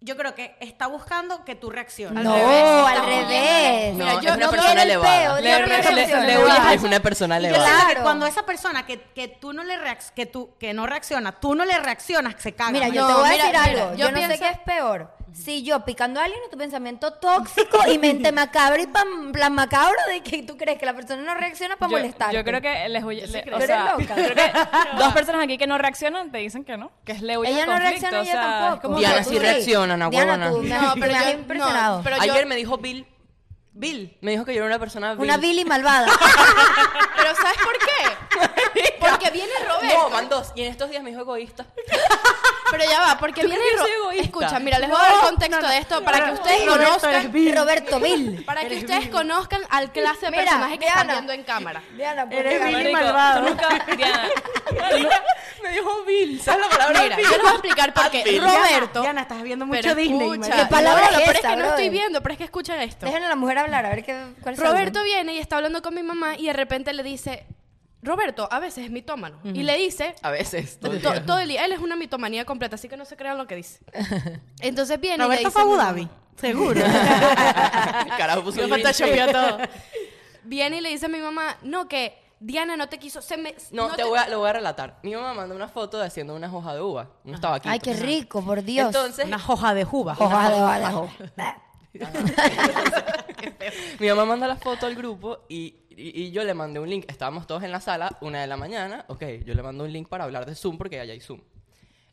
S2: yo creo que está buscando que tú reacciones.
S4: no,
S2: Está
S4: al
S2: huyendo
S4: revés.
S5: No,
S4: Mm. Mira,
S5: es
S4: yo
S5: una
S4: no
S5: persona
S4: quiero el
S5: elevada.
S4: peo,
S5: Le-
S4: yo no
S5: le-
S4: quiero
S5: le-
S4: el
S5: le
S4: peo.
S5: huyes, es una persona
S2: Yo siento
S5: elevada.
S2: que
S4: Claro.
S2: cuando esa persona que, que tú no le reac- que tú que no reacciona, tú no le reaccionas, se caga.
S4: Mira,
S2: marico.
S4: yo
S3: No,
S4: te voy a
S3: mira,
S4: decir
S3: mira,
S4: algo.
S3: yo
S4: Yo, no sé
S3: pienso-
S4: qué es peor. Si yo picando a alguien y tu pensamiento tóxico y mente macabra y pan- plan macabro de que tú crees que la persona no reacciona para
S1: Yo-
S4: molestar.
S1: Yo creo que les huye- le- o
S4: Tú eres
S1: sea,
S4: loca.
S1: creo que dos personas aquí que no reaccionan te dicen que no, que es le huye
S4: Ella
S1: al
S4: no
S1: conflicto,
S4: reacciona,
S1: o
S4: yo
S1: sea, es
S4: tampoco.
S1: como
S5: Diana
S4: Tú
S5: sí reacciona, na
S4: Diana,
S5: huevona.
S4: tú me,
S3: No,
S4: tú
S3: pero
S4: me
S3: yo-
S4: has
S3: no,
S4: impresionado.
S3: pero yo-
S5: Ayer me dijo Bill,
S2: Bill,
S5: me dijo que yo era una persona Bill.
S4: Una Billy malvada.
S3: Pero ¿sabes por qué? Porque viene Roberto.
S5: No, van dos. Y en estos días me dijo egoísta.
S3: Pero ya va, porque
S5: ¿Tú
S3: viene
S5: crees que yo soy
S3: Roberto.
S5: egoísta?
S3: Escucha, mira, les voy a dar el contexto de esto para que ustedes conozcan.
S4: Roberto Bill.
S3: Para que ustedes conozcan al clase de
S4: Mira,
S3: personaje que están
S4: Diana.
S3: viendo en cámara.
S4: Diana, por
S2: Eres
S4: favor.
S2: Billy
S1: Marico,
S2: malvado.
S1: tú nunca- Diana, tú nu-
S5: me dijo Bill. ¿Sabes la palabra
S3: Mira,
S5: Bill?
S3: yo les voy a explicar por qué Roberto.
S2: Diana, Diana, estás viendo mucho
S3: pero
S2: Disney.
S3: escucha,
S2: marica.
S4: ¿Qué palabra
S3: no, no,
S4: es
S3: pero es
S4: esa,
S3: que no estoy
S4: brother?
S3: viendo, pero es que escucha esto.
S4: Déjenle a la mujer hablar, a ver qué, cuál es el
S3: Roberto
S4: segundo.
S3: viene y está hablando con mi mamá y de repente le dice, Roberto, a veces es mitómano. Y le dice,
S5: A veces. Ah, todo el
S3: to-
S5: día.
S3: todo el día, él es una mitomanía completa, así que no se crean lo que dice. Entonces viene y le
S2: Roberto
S3: dice
S2: fue a
S3: a mi
S2: Abu
S3: mamá,
S2: Dhabi, seguro.
S5: Carajo, puso un green screen.
S2: todo.
S3: Viene y le dice a mi mamá, no, que Diana no te quiso, se me...
S5: No, te
S3: te-
S5: voy a, lo voy a relatar. Mi mamá mandó una foto de haciendo una hoja de uva. No estaba aquí.
S4: Ay, qué rico, por Dios.
S5: Entonces,
S2: Una hoja de juba.
S4: Hoja de balajo.
S5: mi mamá manda la foto al grupo y, y- y yo le mandé un link. Estábamos todos en la sala, una de la mañana. Ok, yo le mando un link para hablar de Zoom porque allá hay Zoom.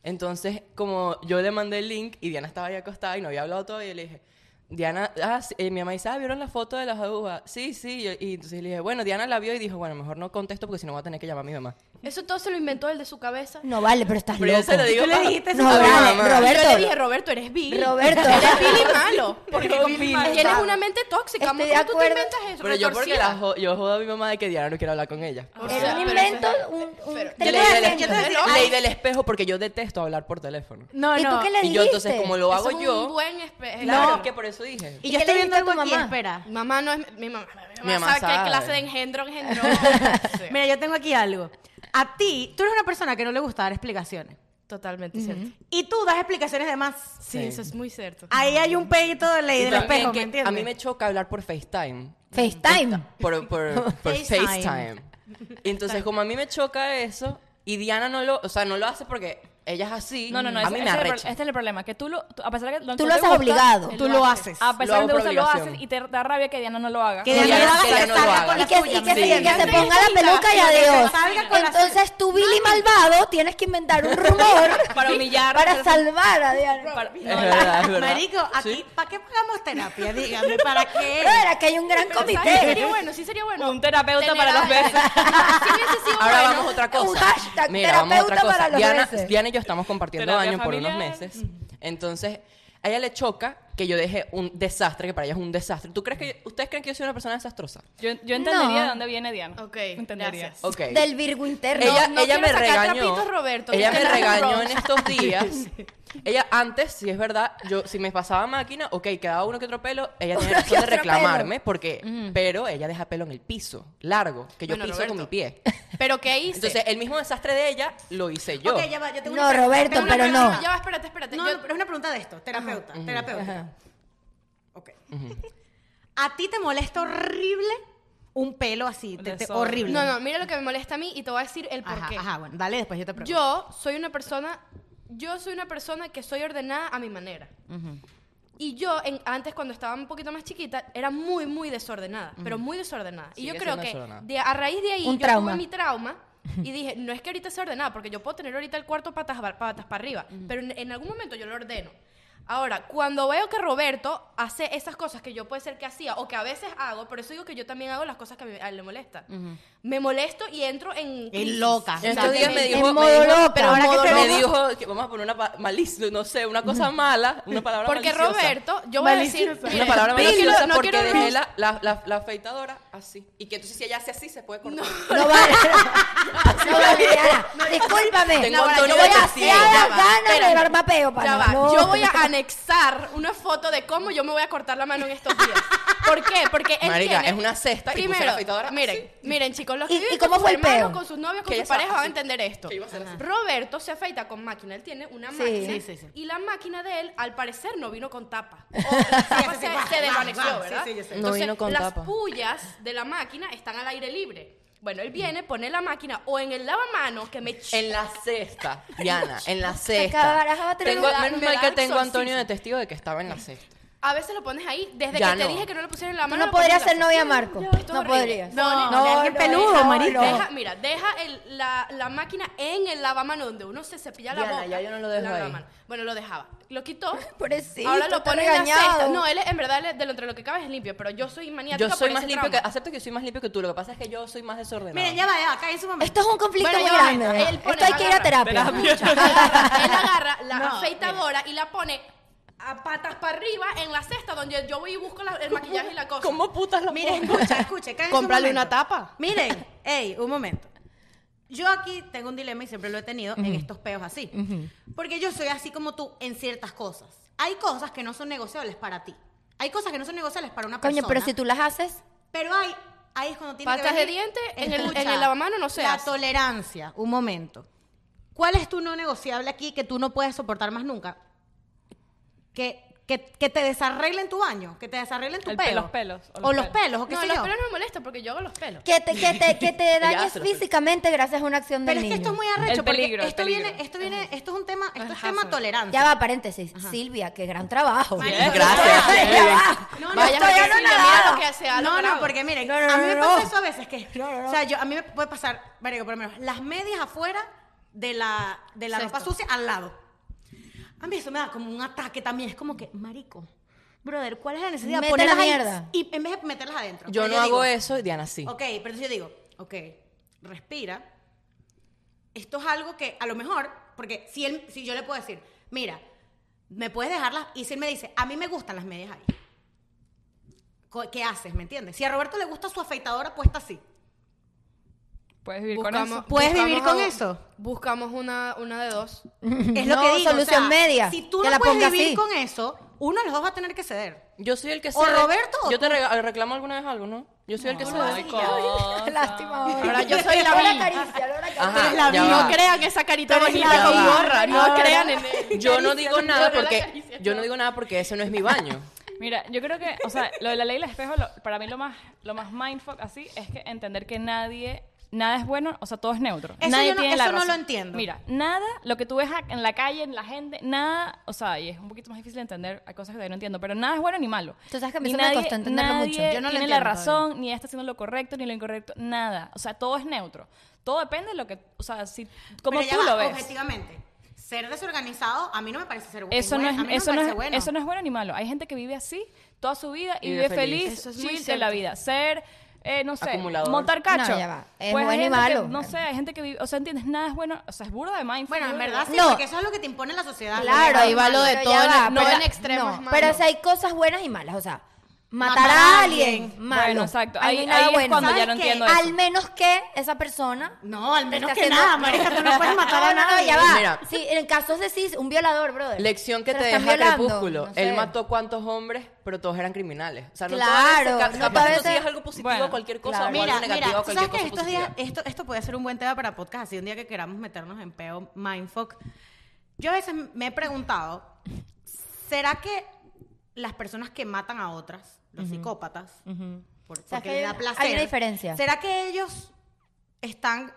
S5: Entonces, como yo le mandé el link y Diana estaba ahí acostada y no había hablado todavía, yo le dije, Diana, ah, sí, eh, mi mamá dice, ah, ¿vieron la foto de las agujas? Sí, sí. Y- Y entonces le dije, bueno, Diana la vio y dijo, bueno, mejor no contesto porque si no voy a tener que llamar a mi mamá.
S3: Eso todo se lo inventó él de su cabeza.
S4: No vale, pero estás
S5: Pero yo
S4: loco.
S5: se lo digo.
S2: Tú le
S5: para-
S2: dijiste eso
S4: No,
S5: a mi
S4: vale,
S5: mamá.
S4: Roberto.
S3: Yo le dije, Roberto, eres Billy.
S4: Roberto.
S3: Él es Billy malo. Porque
S5: Pero
S3: con-
S5: Billy
S3: y
S5: malo.
S3: él es una mente tóxica.
S4: Estoy
S3: amor,
S4: de
S3: ¿cómo tú te
S4: acuerdo.
S3: inventas eso?
S5: Pero yo porque
S3: Retorcida.
S5: la jo- yo jodo a mi mamá de que Diana no quiere hablar con ella.
S3: O
S4: Era
S3: sea,
S4: un
S3: pero
S4: invento,
S3: eso-
S4: un, un
S3: Pero-
S5: Yo le
S4: tremendo
S5: di del
S4: invento.
S5: espejo,
S3: Pero-
S5: ley del espejo porque yo detesto hablar por teléfono.
S2: No,
S4: ¿Y tú
S2: no.
S4: qué le dijiste?
S5: Y yo entonces como lo hago
S3: Eso es
S5: yo,
S3: un buen espe-
S5: claro,
S3: ejemplo.
S5: que por eso dije.
S2: Y
S4: ¿Y
S2: yo
S4: qué
S2: estoy
S4: le
S2: viendo
S4: dijiste a tu
S2: algo aquí,
S4: mamá?
S2: espera.
S3: Mi mamá no es mi mamá. Mi
S5: Mi
S3: mamá, sabe,
S5: mamá
S3: qué
S5: sabe.
S3: clase de engendro engendró. Sí.
S2: Mira, yo tengo aquí algo. A ti, tú eres una persona que no le gusta dar explicaciones.
S3: Totalmente cierto.
S2: Y tú das explicaciones de más.
S3: Sí, eso es muy cierto.
S2: Ahí hay un pedito de ley
S5: Y
S2: del
S5: también
S2: espejo,
S5: que
S2: ¿me entiendes?
S5: a mí me choca hablar por FaceTime.
S4: FaceTime.
S5: Por, por, por
S2: FaceTime.
S5: FaceTime. Y Entonces, como a mí me choca eso, y Diana no lo, o sea, no lo hace porque ella es así,
S1: No, no, no,
S5: a
S1: ese-
S5: mí me
S1: ese es el pro-
S5: arrecha.
S1: este es el problema, que tú lo tú- a pesar de que
S4: Tú
S1: no
S4: lo
S1: te
S4: haces
S1: gusta,
S4: obligado.
S2: Tú lo haces.
S1: A
S5: Lo
S1: pesar
S5: hago
S1: de que te
S5: por
S1: gusta, lo haces
S5: obligación.
S1: y te da rabia que Diana no lo haga.
S2: Que de
S5: No, Ah, pues, ya-
S2: verdad
S5: que ya
S2: se
S5: no
S2: salga
S5: lo
S2: con
S5: haga.
S2: la
S4: Y que,
S2: suya,
S4: y que
S2: ¿me
S4: se, y que
S2: entiendes?
S4: se ponga la peluca y
S2: Que
S4: adiós.
S2: salga con la
S4: Entonces tú, Billy malvado, tienes que inventar un rumor
S1: Para humillar,
S4: para
S1: para-
S4: salvar a Diana.
S1: Para-
S5: Es verdad, es verdad.
S2: Marico, aquí,
S5: Sí.
S2: ¿para qué pagamos terapia? Dígame, ¿para qué?
S4: Pero era que hay un gran
S3: Pero, ¿sabes?
S4: comité.
S3: Sería bueno, sí sería bueno.
S1: Un terapeuta
S3: tener
S1: para
S3: a
S1: los
S3: alguien.
S1: besos.
S3: Sí hubiese sido
S5: Ahora
S3: bueno.
S5: vamos a otra cosa.
S4: Un hashtag,
S5: vamos a otra
S4: terapeuta
S5: cosa.
S4: para los
S5: Diana,
S4: meses.
S5: Diana y yo estamos compartiendo
S1: Terapia
S5: años por unos
S1: familiar.
S5: meses. Entonces, a ella le choca que yo deje un desastre, que para ella es un desastre. ¿Tú crees que ustedes creen que yo soy una persona desastrosa?
S1: Yo, yo entendería
S4: No.
S1: de dónde viene Diana.
S3: Ok,
S1: entendería.
S3: gracias.
S5: Ok.
S4: Del Virgo interno.
S5: ella
S3: no
S5: ella
S3: quiero
S5: me
S3: sacar
S5: regañó.
S3: trapitos, Roberto,
S5: ella
S3: que
S5: me
S3: te la
S5: regañó
S3: rompes.
S5: en estos días. Ella antes, si es verdad, yo si me pasaba máquina, ok, quedaba uno que otro pelo, ella tiene
S4: Uno que
S5: razón de
S4: otro
S5: reclamarme porque pero ella deja pelo en el piso, largo, que yo
S3: Mm. Bueno,
S5: piso con
S3: Roberto.
S5: mi pie.
S3: Pero ¿qué hice?
S5: Entonces, el mismo desastre de ella lo hice yo.
S2: Ok, ya va, yo tengo
S4: No,
S2: una pregunta.
S4: Roberto,
S2: Tengo una
S4: pero
S2: pregunta.
S4: no.
S3: Ya va, espérate, espérate.
S2: No,
S3: Yo-
S5: Mm.
S2: no, pero es una pregunta de esto, terapeuta, terapeuta. Ok. A ti te molesta horrible un pelo así, te- te-
S1: Desorden.
S2: horrible.
S3: No, no, mira lo que me molesta a mí y te voy a decir el por
S2: Ajá,
S3: qué.
S2: ajá, bueno, dale después yo te pregunto.
S3: Yo soy una persona, yo soy una persona que soy ordenada a mi manera. Y yo en- antes cuando estaba un poquito más chiquita era muy muy desordenada, pero muy desordenada. Y yo
S5: Sigue
S3: creo
S5: siendo
S3: que
S5: desordenada.
S3: de- a raíz de ahí
S4: Un
S3: yo
S4: trauma.
S3: tuve mi trauma y dije, no es que ahorita sea ordenada, porque yo puedo tener ahorita el cuarto patas ba- patas para arriba, pero en, en algún momento yo lo ordeno. Ahora, cuando veo que Roberto hace esas cosas que yo puede ser que hacía o que a veces hago, por eso digo que yo también hago las cosas que a mí a él le molestan. Me molesto y entro en crisis.
S2: loca.
S5: En estos
S4: Exacto,
S5: días me
S4: en-
S5: dijo,
S4: en
S5: me
S4: modo
S5: dijo-
S4: loca.
S5: pero
S4: Ahora
S5: ahora
S4: que
S5: que me
S4: tenemos-
S5: dijo que vamos a poner una pa- malicia, no sé, una cosa mala, una palabra
S3: Porque
S5: maliciosa.
S3: Roberto, yo voy a decir.
S5: Una
S3: mira,
S5: palabra
S3: no quiero-
S5: maliciosa
S3: no
S5: porque
S3: quiero-
S5: dejé la, la, la, la afeitadora así. Y que entonces si ella hace así, se puede cortar.
S4: No vale. No vale, Diana. Discúlpame.
S5: Tengo
S4: No,
S5: Antonio
S4: yo voy a
S5: Testigo.
S4: hacer
S3: Ya
S4: las
S3: va,
S4: ganas de
S3: espérame.
S4: llevar mapeo, pana.
S3: Ya va,
S4: No.
S3: Yo voy a anexar una foto de cómo yo me voy a cortar la mano en estos días. ¿Por qué? Porque él
S5: Marica,
S3: tiene-
S5: es una cesta y puse la
S3: Primero,
S5: afeitadora
S3: miren, miren, chicos, los
S4: ¿Y-
S3: que viven
S4: y cómo
S3: con sus
S4: fue el
S3: hermanos,
S4: peo?
S3: con sus novios, con sus
S5: Que ella estaba
S3: parejas van a
S5: así.
S3: entender esto.
S5: Que Ah, iba a ser así.
S3: Roberto se afeita con máquina, él tiene una
S4: Sí.
S3: máquina
S4: Sí,
S2: sí, sí.
S3: y la máquina de él al parecer no vino con tapa. O la tapa se, se desvaneció, ¿verdad?
S2: sí, yo sé.
S5: No
S3: Entonces,
S5: vino con
S3: las
S5: tapa.
S3: pullas de la máquina están al aire libre. Bueno, él viene, pone la máquina o en el lavamanos que me
S5: En la cesta, Diana, en la
S4: Cada
S5: cesta.
S4: baraja va a tener
S5: Tengo,
S4: un-
S5: menos
S3: me
S5: mal
S3: da
S5: que tengo a Antonio
S3: exorcismo.
S5: de testigo de que estaba en la cesta.
S3: A veces lo pones ahí. Desde
S5: Ya
S3: que te
S5: no.
S3: dije que no lo pusieron en la
S4: Tú
S3: mano.
S4: no
S3: lo pones
S4: podrías
S3: en la
S4: ser novia de
S3: cesta.
S4: Marco.
S3: Esto es
S4: No
S3: horrible.
S4: podrías.
S3: No,
S2: no,
S3: no,
S2: alguien peludo, marica.
S3: Deja, mira, deja el- la, la máquina en el lavamano donde uno se cepilla la
S5: Diana,
S3: boca.
S5: ya yo no lo dejo
S3: La
S5: ahí.
S3: lavamano. Bueno, lo dejaba. Lo quitó.
S4: Pobrecito,
S3: Ahora lo
S4: está
S3: pone en la
S4: regañado.
S3: cesta. No, él es- en verdad él es- de lo, entre lo que cabe es limpio, pero yo soy maniática
S5: Yo soy
S3: por
S5: más
S3: ese
S5: limpio que,
S3: trauma.
S5: acepto que soy más limpio que tú, lo que pasa es que yo soy más desordenado.
S2: Miren, ya va, ya va, cae en su momento.
S4: Esto es un conflicto
S3: Bueno,
S4: muy
S3: ya va,
S4: grande.
S3: él pone-
S4: Esto hay que ir a
S3: agarra.
S4: terapia.
S3: agarra- él agarra la
S2: No,
S3: afeitadora y la pone a patas para arriba en la cesta donde yo voy y busco la- el maquillaje y la cosa.
S5: ¿Cómo putas lo
S2: Miren,
S5: pongo?
S2: escucha, escucha, cae en su
S3: Cómprale
S2: momento.
S3: una tapa.
S2: Miren, hey, un momento. Yo aquí tengo un dilema y siempre lo he tenido en estos peos así. Porque yo soy así como tú en ciertas cosas. Hay cosas que no son negociables para ti. Hay cosas que no son negociables para una
S4: Coño,
S2: persona.
S4: pero si tú las haces,
S2: Pero hay, ahí es cuando tiene que
S3: Patas de
S2: venir-
S3: diente en el-
S2: Escucha,
S3: en el lavamano no se
S2: La
S3: hace.
S2: tolerancia, un momento. ¿Cuál es tu no negociable aquí que tú no puedes soportar más nunca? Que, que, que te desarreglen tu baño, que te desarreglen tu
S1: El
S2: pelo.
S1: pe- los pelos,
S2: O los pelos, o qué
S3: no,
S2: sé
S3: los
S2: yo.
S3: pelos no me molestan porque yo hago los pelos.
S4: que te, que te, que te dañes
S5: hace lo que-
S4: físicamente gracias a una acción del
S2: Pero es que
S4: niño.
S2: esto es muy arrecho,
S1: El peligro,
S2: porque
S1: el
S2: esto
S1: peligro.
S2: viene, esto viene, esto es un tema, esto
S3: El
S2: es tema
S3: hazard.
S2: tolerancia.
S4: Ya va, paréntesis. Silvia, qué gran trabajo.
S2: Marica,
S5: Gracias,
S4: Ya
S5: Silvia.
S4: va.
S2: No, no,
S4: Vaya,
S3: Vaya,
S4: estoy
S3: porque Silvia, mira
S4: anonadada.
S3: lo que hace
S2: No,
S3: ha
S2: no,
S3: logrado.
S2: porque miren,
S4: No, no,
S2: a mí me
S4: no,
S2: pasa
S4: no.
S2: eso a veces que, o sea, yo, a mí me puede pasar, marico, por lo menos, las medias afuera de la, de la ropa
S3: Sexto.
S2: sucia al lado. A mí eso me da como un ataque también, es como que, marico, brother, ¿cuál es la necesidad? de
S4: Mete
S2: ponerlas
S4: la
S2: ahí
S4: mierda.
S2: Y en vez de meterlas adentro.
S5: Yo
S2: Pero
S5: no hago
S2: digo,
S5: eso y Diana sí.
S2: Ok, pero entonces yo digo, ok, respira. Esto es algo que a lo mejor, porque si, él, si yo le puedo decir, mira, me puedes dejarlas, y si él me dice, a mí me gustan las medias ahí. Co- ¿Qué haces? ¿Me entiendes? Si a Roberto le gusta su afeitadora puesta así.
S1: Puedes vivir con eso.
S2: ¿Puedes
S3: buscamos
S2: vivir con
S3: a-
S2: eso?
S3: Buscamos una, una de dos.
S2: Es lo
S4: No,
S2: que digo. o sea,
S4: solución media,
S2: Si tú
S4: que
S2: no
S4: la
S2: puedes
S4: ponga
S2: vivir
S4: así.
S2: con eso, uno de los dos va a tener que ceder.
S5: Yo soy el que
S2: ¿O Roberto o
S5: Yo te rega- reclamo alguna vez algo, ¿no? Yo soy el que
S2: no,
S5: cede.
S2: sí.
S4: Lástima. hoy.
S3: Ahora yo soy la
S4: Ahora
S3: vi.
S4: caricia, ahora caricia.
S5: Ajá,
S2: la
S5: ya
S2: vida.
S5: va.
S3: No crean que esa carita
S2: Pero
S3: bonita
S2: ya
S3: con
S5: va.
S3: gorra. No crean en él.
S5: Yo no digo nada
S3: Pero la
S5: porque
S3: caricia,
S5: yo
S3: no.
S5: no digo nada porque ese no es mi baño.
S1: Mira, yo creo que, o sea, lo de la ley del espejo, lo- para mí lo más, lo más mindfuck así es que entender que nadie, nada es bueno, o sea, todo es neutro.
S2: Eso
S1: nadie
S2: yo no-
S1: tiene la
S2: eso no
S1: razón.
S2: lo entiendo.
S1: Mira, nada, lo que tú ves a- en la calle, en la gente, nada, o sea, y es un poquito más difícil de entender, hay cosas que todavía no entiendo, pero nada es bueno ni malo.
S4: Tú sabes que a mí
S1: Ni
S4: eso me costó entenderlo
S1: nadie
S4: mucho. Yo
S2: no lo
S1: tiene
S2: entiendo
S1: la razón, ni está haciendo lo correcto, ni lo incorrecto, nada. O sea, todo es neutro. Todo depende de lo que, o sea, si, como
S2: Pero
S1: tú
S2: ya va,
S1: lo ves.
S2: Objetivamente, ser desorganizado a mí no me parece ser bu-
S1: Eso
S2: buen-
S1: no
S2: a
S1: es,
S2: mí me
S1: eso, no
S2: parece
S1: es,
S2: bueno.
S1: eso no es bueno ni malo. Hay gente que vive así toda su vida y
S5: Vive
S1: vive
S5: feliz.
S1: feliz,
S3: Eso es muy
S1: chill de la
S3: cierto.
S1: vida. Ser, eh, no sé,
S5: Acumulador.
S1: montar cacho. Pues
S4: No, ya va. Es
S1: hay
S4: bueno y
S1: gente que-
S4: malo.
S1: no sé, hay gente que vive, o sea, entiendes, nada es bueno, o sea, es burda de mindfulness.
S2: Bueno, en verdad sí,
S4: No.
S2: porque eso es lo que te impone la sociedad.
S4: Claro,
S3: Ahí va lo de
S4: pero
S3: todo
S4: ya
S3: en-
S4: va,
S3: no
S4: pero-
S3: en extremos,
S4: no,
S3: mano.
S4: pero si hay cosas buenas y malas, o sea, matar,
S2: Matar
S4: a
S2: a
S4: alguien,
S2: alguien.
S4: malo.
S1: Bueno, exacto.
S4: Ahí no
S1: Ahí-
S4: hay nada
S1: ahí es
S4: bueno.
S1: cuando
S2: ya no
S4: ¿Sabes qué?
S1: entiendo eso.
S4: Al menos que esa persona
S2: No, al menos
S4: Está
S2: que
S4: haciendo-
S2: nada, marica, tú no puedes matar a
S4: No, no, no,
S2: nadie.
S4: ya va.
S5: Mira.
S4: Sí, en casos de cis, un violador, brother.
S5: Lección que
S4: Se
S5: te
S4: lo
S5: deja
S4: están violando,
S5: Crepúsculo.
S4: no sé.
S5: Él mató cuantos hombres, pero todos eran criminales. O sea, no
S4: Claro,
S5: todas
S4: no
S5: las- capaz
S4: todas
S5: tú sí
S4: esas-
S5: es algo positivo
S1: Bueno,
S5: a cualquier cosa
S4: claro.
S5: o algo
S2: Mira,
S5: negativo
S2: mira,
S5: a
S2: tú
S5: cualquier
S2: sabes
S5: cosa
S2: que estos
S5: positiva.
S2: días, esto, esto puede ser un buen tema para podcast, así un día que queramos meternos en peo mindfuck. Yo a veces me he preguntado, ¿será que las personas que matan a otras, los psicópatas, por-
S4: sea,
S2: porque
S4: que hay
S2: les da
S4: una-
S2: placer.
S4: hay una diferencia.
S2: ¿Será que ellos están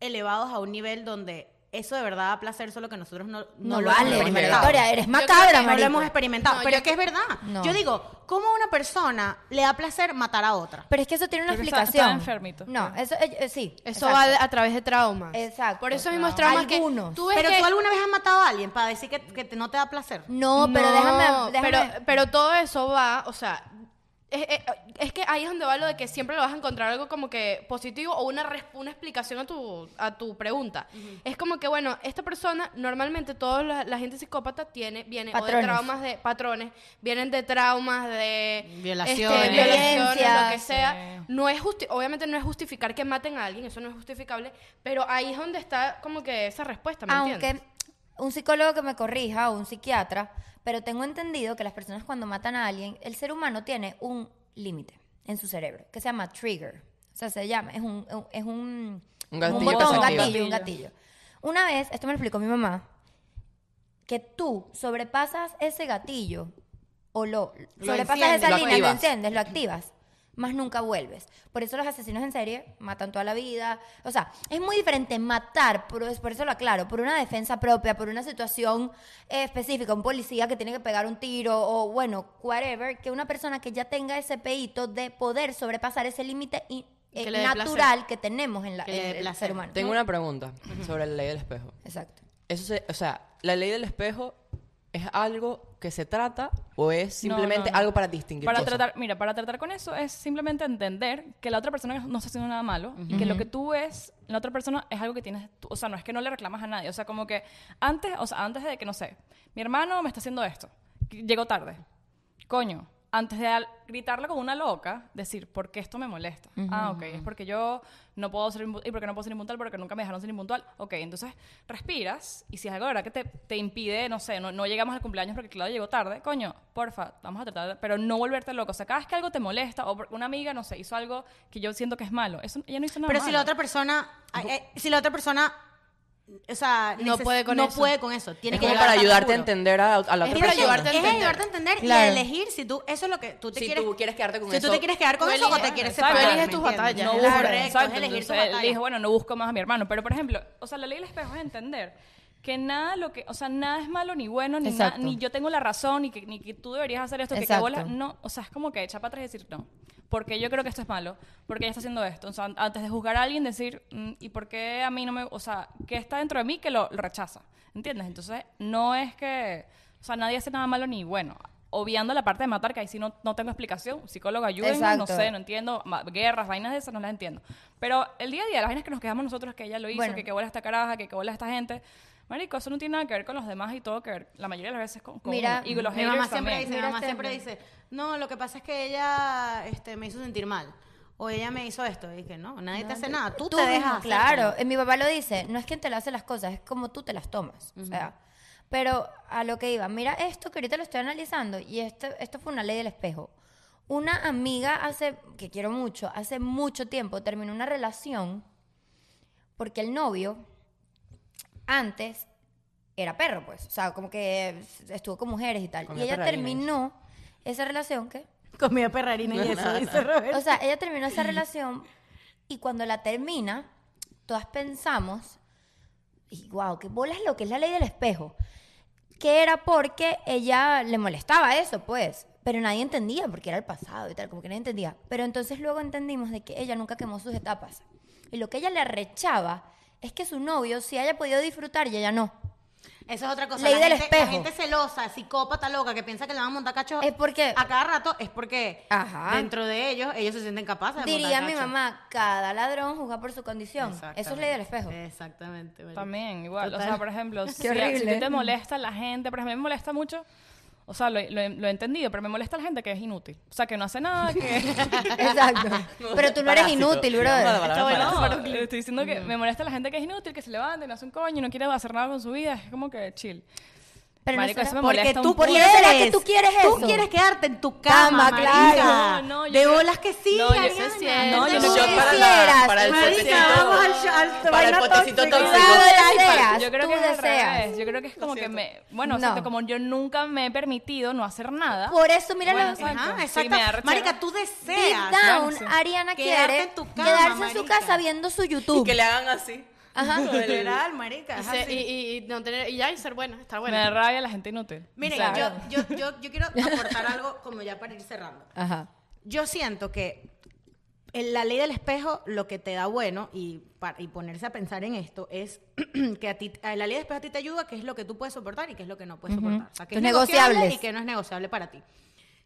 S2: elevados a un nivel donde eso de verdad da placer, solo que nosotros no, no
S4: No, lo
S2: hemos
S4: vale, María
S2: experimentado?
S4: Victoria,
S3: creo
S4: eres
S3: que
S4: macabra,
S2: no lo
S4: marico.
S2: hemos experimentado,
S3: No,
S2: pero
S3: yo-
S2: es que es verdad.
S4: No.
S2: Yo digo, ¿cómo a una persona le da placer matar a otra?
S4: Pero es que eso tiene una
S1: Pero está-
S4: explicación.
S1: está enfermito.
S4: No, eso, eh, eh, sí.
S3: Eso
S4: exacto.
S3: va de- a través de traumas.
S4: Exacto,
S3: Por esos mismos
S4: claro.
S3: traumas que
S4: Algunos.
S3: tú ves
S2: Pero
S3: que-
S2: tú alguna vez has matado a alguien para decir que, que te- no te da placer.
S4: No, Oh, pero
S3: No,
S4: déjame, déjame-
S3: Pero, pero todo eso va, o sea, es, es- es que ahí es donde va lo de que siempre lo vas a encontrar algo como que positivo o una, res- una explicación a tu, a tu pregunta. Es como que, bueno, esta persona, normalmente toda la, la gente psicópata tiene, viene o de
S4: Patrones.
S3: traumas de patrones, vienen de traumas de este,
S2: Violaciones.
S3: violaciones, lo que
S4: Violencia,
S3: sea. No es justi- obviamente no es justificar que maten a alguien, eso no es justificable, pero ahí es donde está como que esa respuesta, ¿me
S4: aunque
S3: entiendes?
S4: un psicólogo que me corrija o un psiquiatra, pero tengo entendido que las personas cuando matan a alguien, el ser humano tiene un límite en su cerebro que se llama trigger. O sea, se llama, es un, es un,
S5: Un
S4: como un
S5: gatillo
S4: botón, un
S5: positivo.
S4: gatillo, un gatillo. Una vez, esto me lo explicó mi mamá, que tú sobrepasas ese gatillo o lo,
S2: Lo
S4: sobrepasas
S2: enciendes.
S4: esa
S5: Lo
S4: línea, lo
S5: activas.
S4: enciendes, lo activas, más nunca vuelves. Por eso los asesinos en serie matan toda la vida. O sea, es muy diferente matar, por, por eso lo aclaro, por una defensa propia, por una situación eh, específica, un policía que tiene que pegar un tiro o bueno, whatever, que una persona que ya tenga ese peito de poder sobrepasar ese límite y-
S3: Que
S4: eh,
S3: le dé
S4: natural que tenemos en, la,
S2: Que le
S4: en
S2: dé
S4: el
S2: placer.
S4: ser humano.
S5: Tengo una pregunta sobre la ley del espejo.
S4: Exacto.
S5: Eso se- o sea, la ley del espejo es algo que se trata o es
S1: No,
S5: simplemente
S1: no, no.
S5: algo para distinguir
S1: Para
S5: cosas?
S1: tratar, mira, para tratar con eso es simplemente entender que la otra persona no está haciendo nada malo y que lo que tú ves en la otra persona es algo que tienes tú. O sea, no es que no le reclamas a nadie. O sea, como que antes, o sea, antes de que, no sé, mi hermano me está haciendo esto. que Llegó tarde. Coño. Antes de al- gritarle como una loca, decir, ¿por qué esto me molesta? Ah, ok, es porque yo no puedo ser impu- y porque no puedo ser impuntual, porque nunca me dejaron ser impuntual. Ok, entonces respiras y si es algo de verdad que te, te impide, no sé, no, no llegamos al cumpleaños porque Claudio llegó tarde, coño, porfa, vamos a tratar, de- pero no volverte loco. O sea, cada vez que algo te molesta o porque una amiga, no sé, hizo algo que yo siento que es malo, eso ella no hizo nada
S2: Pero si la
S1: malo.
S2: otra persona, ay, ay, si la otra persona, o sea,
S3: No
S2: neces-
S3: puede con
S2: no
S3: eso.
S2: puede con eso, tiene
S5: Es
S2: que
S5: como
S2: llegar
S5: para
S2: a estar
S5: ayudarte a
S2: seguro.
S5: entender a, a la
S3: Es
S5: otra
S3: para
S5: persona.
S3: ayudarte a
S2: Es
S3: entender.
S2: ayudarte a entender
S4: Claro.
S2: y a elegir si tú eso es lo que tú te
S5: Si
S2: quieres.
S5: tú quieres quedarte con
S2: si tú
S5: eso,
S2: te quieres quedar con
S3: tú
S2: eso o te
S3: eliges.
S2: quieres
S1: Exacto.
S2: separar.
S3: Tú eliges
S2: ¿me
S3: tus
S2: entiendes?
S3: batallas.
S1: No
S3: Claro.
S1: busco,
S2: Correcto,
S1: exacto.
S2: es elegir tu
S1: Entonces, él
S2: batalla.
S1: dijo, bueno, no busco más a mi hermano. Pero, por ejemplo, o sea, la ley del espejo es entender que nada lo que, o sea, nada es malo ni bueno, ni, nada-
S4: Exacto.
S1: ni yo tengo la razón, ni que, ni que tú deberías hacer esto, que qué
S4: Exacto.
S1: bola. No, o sea, es como que echar para atrás y decir no. Porque yo creo que esto es malo, porque ella está haciendo esto. O sea, an- antes de juzgar a alguien, decir, mm, ¿y por qué a mí no me.? O sea, ¿qué está dentro de mí que lo, lo rechaza? ¿Entiendes? Entonces, no es que. O sea, nadie hace nada malo ni bueno. Obviando la parte de matar, que ahí sí no, no tengo explicación. Psicólogo, ayúdenme, no
S4: Exacto.
S1: sé, no entiendo. ma- Guerras, vainas de esas, no las entiendo. Pero el día a día, las vainas que nos quedamos nosotros, que ella lo hizo,
S4: Bueno.
S1: que que bola esta caraja, que que bola esta gente. Marico, eso no tiene nada que ver con los demás y todo que ver, la mayoría de las veces, con, con
S4: Mira,
S1: uno. Y los
S2: Mi mamá
S1: haters
S2: siempre
S1: también.
S2: dice, mi
S4: Mira
S2: mamá
S4: este
S2: siempre
S4: hombre.
S2: dice, no, lo que pasa es que ella este, me hizo sentir mal. O ella me hizo esto. Y dije, no, nadie te hace nada. Tú, te
S4: mismo,
S2: dejas. hacer,
S4: Claro,
S2: coño.
S4: eh, mi papá lo dice, no es quien te lo hace las cosas, es como tú te las tomas. O sea, pero a lo que iba, mira esto que ahorita lo estoy analizando y esto, esto fue una ley del espejo. Una amiga hace, que quiero mucho, hace mucho tiempo terminó una relación porque el novio antes era perro, pues. O sea, como que estuvo con mujeres y tal.
S5: Comía
S4: Y ella
S5: perrarines.
S4: terminó esa relación que...
S2: Comida perrarina y eso, dice Roberto.
S4: O sea, ella terminó esa relación y cuando la termina, todas pensamos, y wow, qué bolas lo que es la ley del espejo. Que era porque ella le molestaba eso, pues. Pero nadie entendía porque era el pasado y tal, como que nadie entendía. Pero entonces luego entendimos de que ella nunca quemó sus etapas. Y lo que ella le arrechaba es que su novio sí haya podido disfrutar y ella no.
S2: Eso es otra cosa.
S4: Ley
S2: la,
S4: del
S2: gente, la
S4: espejo.
S2: gente celosa, psicópata, loca, que piensa que le van a montar cachos
S4: Es porque-
S2: a cada rato, es porque
S4: Ajá.
S2: dentro de ellos, ellos se sienten capaces de
S4: Diría
S2: montar
S4: mi
S2: cachos.
S4: mamá, cada ladrón juzga por su condición. Eso es ley del espejo.
S2: Exactamente. marica.
S1: También, igual. O
S2: Total.
S1: sea, por ejemplo, si, si
S4: horrible.
S1: tú te molesta la gente, por ejemplo, a mí me molesta mucho. O sea, lo, lo he- lo he entendido, pero me molesta la gente que es inútil. O sea, que no hace nada, que...
S4: Exacto. Pero tú no eres
S5: Parásito.
S4: inútil,
S5: Vamos a la
S4: brother.
S5: palabra
S1: Bueno,
S5: parásito.
S1: pero estoy diciendo
S2: Mm.
S1: que me molesta la gente que es inútil, que se levanta y no hace un coño, y no quiere hacer nada con su vida. Es como que chill.
S4: Pero no
S1: Marico,
S4: será-
S1: eso me
S2: Porque
S1: molesta
S2: tú
S1: un culo.
S4: ¿Por qué
S2: quieres.
S4: será que tú quieres eso?
S2: Tú quieres quedarte en tu cama,
S4: Cama, claro.
S1: No,
S2: claro.
S1: no, yo
S2: de
S1: creo-
S2: bolas que sí,
S1: No, yo- yo
S2: Ariana.
S5: para, la-
S4: quisieras,
S5: para el
S4: Marica,
S5: fuertecito.
S2: vamos al al, al
S5: Para el
S2: vaina
S5: potecito
S2: tóxica.
S5: tóxico.
S4: Tú deseas,
S1: Yo creo
S4: tú
S1: que es al
S4: deseas.
S1: revés. Yo creo que es como que
S5: siento.
S1: me. Bueno,
S4: No.
S1: exacto, como yo nunca me he permitido no hacer nada.
S4: Por eso, mira
S1: Bueno,
S4: lo-
S1: exacto.
S2: Ajá,
S1: Sí,
S2: exacto.
S1: me da rechera.
S2: Marica, tú deseas.
S4: Deep down,
S1: claro, sí.
S4: Ariana
S2: Quedarte
S4: quiere
S2: en tu cama,
S4: quedarse en su
S2: marica.
S4: casa viendo su
S5: Y
S4: YouTube.
S5: que le hagan así.
S4: Ajá.
S5: Con el-
S2: Literal, marica.
S3: Y,
S2: es
S3: se-
S2: así.
S3: y- y- y no tener, y ya, y ser buena, estar
S1: Me da
S3: buena.
S1: rabia la gente inútil.
S2: Miren,
S1: O sea,
S2: yo, yo, yo, yo quiero aportar algo como ya para ir cerrando.
S4: Ajá.
S2: Yo siento que en la ley del espejo lo que te da bueno y, pa- y ponerse a pensar en esto es que a ti, a la ley del espejo a ti te ayuda qué es lo que tú puedes soportar y qué es lo que no puedes soportar. O sea, qué es
S4: Tus
S2: negociable
S4: negociables.
S2: y qué no es negociable para ti.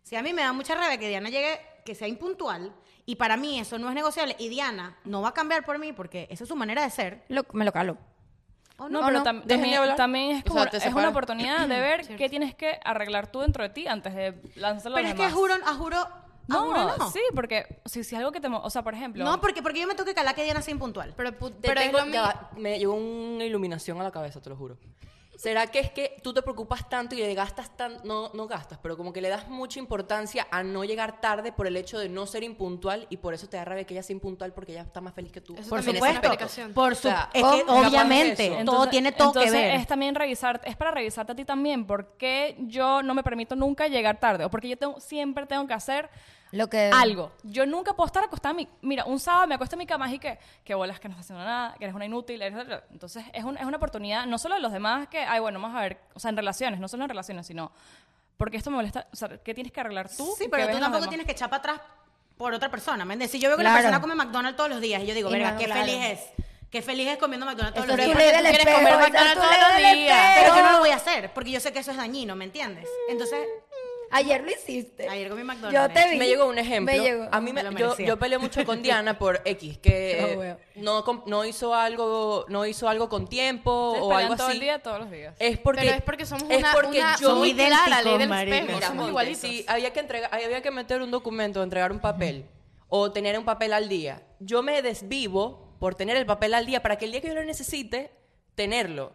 S2: Si a mí me da mucha rabia que Diana llegue, que sea impuntual y para mí eso no es negociable y Diana no va a cambiar por mí porque esa es su manera de ser.
S4: Lo- me lo calo.
S2: ¿o
S1: No,
S2: no?
S1: pero
S4: no?
S1: tam-
S5: Déjenme
S1: también,
S5: hablar.
S1: también es,
S5: O
S1: como-
S5: sea, te
S1: es una
S5: separas.
S1: oportunidad de ver qué tienes que arreglar tú dentro de ti antes de lanzarlo a
S2: pero
S1: los
S2: es que
S1: demás.
S2: juro, a juro, a juro no.
S1: sí, porque si, si algo que te... mo- O sea, por ejemplo...
S2: No, porque, porque yo me tengo que calar que Diana sea impuntual.
S3: Pero, pu-
S5: Te
S3: pero
S5: tengo-
S3: es lo mismo.
S5: ya va, me llegó una iluminación a la cabeza, te lo juro. ¿Será que es que tú te preocupas tanto y le gastas tan no no gastas, pero como que le das mucha importancia a no llegar tarde por el hecho de no ser impuntual y por eso te da rabia que ella sea impuntual porque ella está más feliz que tú?
S3: Eso
S2: Por
S3: también es una
S2: supuesto.
S3: explicación.
S2: Por su,
S5: O sea,
S2: es que
S4: ¿cómo?
S2: obviamente
S5: Capaz de eso.
S2: todo tiene todo que
S1: entonces
S2: ver.
S1: es también revisar... Es para revisarte a ti también. ¿Por qué yo no me permito nunca llegar tarde? O porque yo tengo, siempre tengo que hacer...
S4: Lo que.
S1: Algo. Yo nunca puedo estar acostada en mi... Mira, un sábado me acuesto en mi cama y que, que bolas que no estás haciendo nada, que eres una inútil. eres- Entonces, es, un- es una oportunidad, no solo de los demás que, ay, bueno, vamos a ver, o sea, en relaciones, no solo en relaciones, sino porque esto me molesta, o sea, ¿qué tienes que arreglar tú?
S2: Sí, pero tú tampoco tienes que echar para atrás por otra persona. ¿me entiendes? Si yo veo que una
S4: Claro.
S2: persona come McDonald's todos los días y yo digo,
S4: Y
S2: verga,
S4: no,
S2: qué
S4: claro.
S2: feliz es. Qué feliz es comiendo McDonald's todos
S4: Eso
S2: los
S4: es
S2: días.
S4: tu
S2: Pero-
S4: ley del
S3: tú quieres comer
S4: espejo. eso
S3: bacana
S4: es tu
S3: todos
S4: ley
S3: los
S4: del
S3: días.
S2: Pero yo no
S4: espejo.
S2: lo voy a hacer porque yo sé que eso es dañino, ¿me entiendes? Entonces,
S4: Ayer lo hiciste.
S2: Ayer comí McDonald's,
S4: Yo te
S2: eh.
S4: vi.
S5: Me llegó un ejemplo.
S4: Me llegó.
S5: A mí me-
S2: Me lo
S5: yo,
S2: merecía.
S5: yo peleo mucho con Diana por X,
S4: Lo veo.
S5: que no, com- no hizo algo, no hizo algo con tiempo o algo
S1: todo
S5: así.
S1: el día, todos los días.
S5: Es porque
S3: pero es porque somos
S5: es
S3: una,
S5: porque
S3: una-
S5: yo-
S2: Somos
S3: somos igual a la ley
S2: idénticos,
S3: del
S2: marica.
S3: espejo,
S5: Mira,
S3: somos
S5: ponte,
S3: igualitos.
S5: si había que entregar, había que meter un documento, entregar un papel o tener un papel al día. Yo me desvivo por tener el papel al día para que el día que yo lo necesite tenerlo.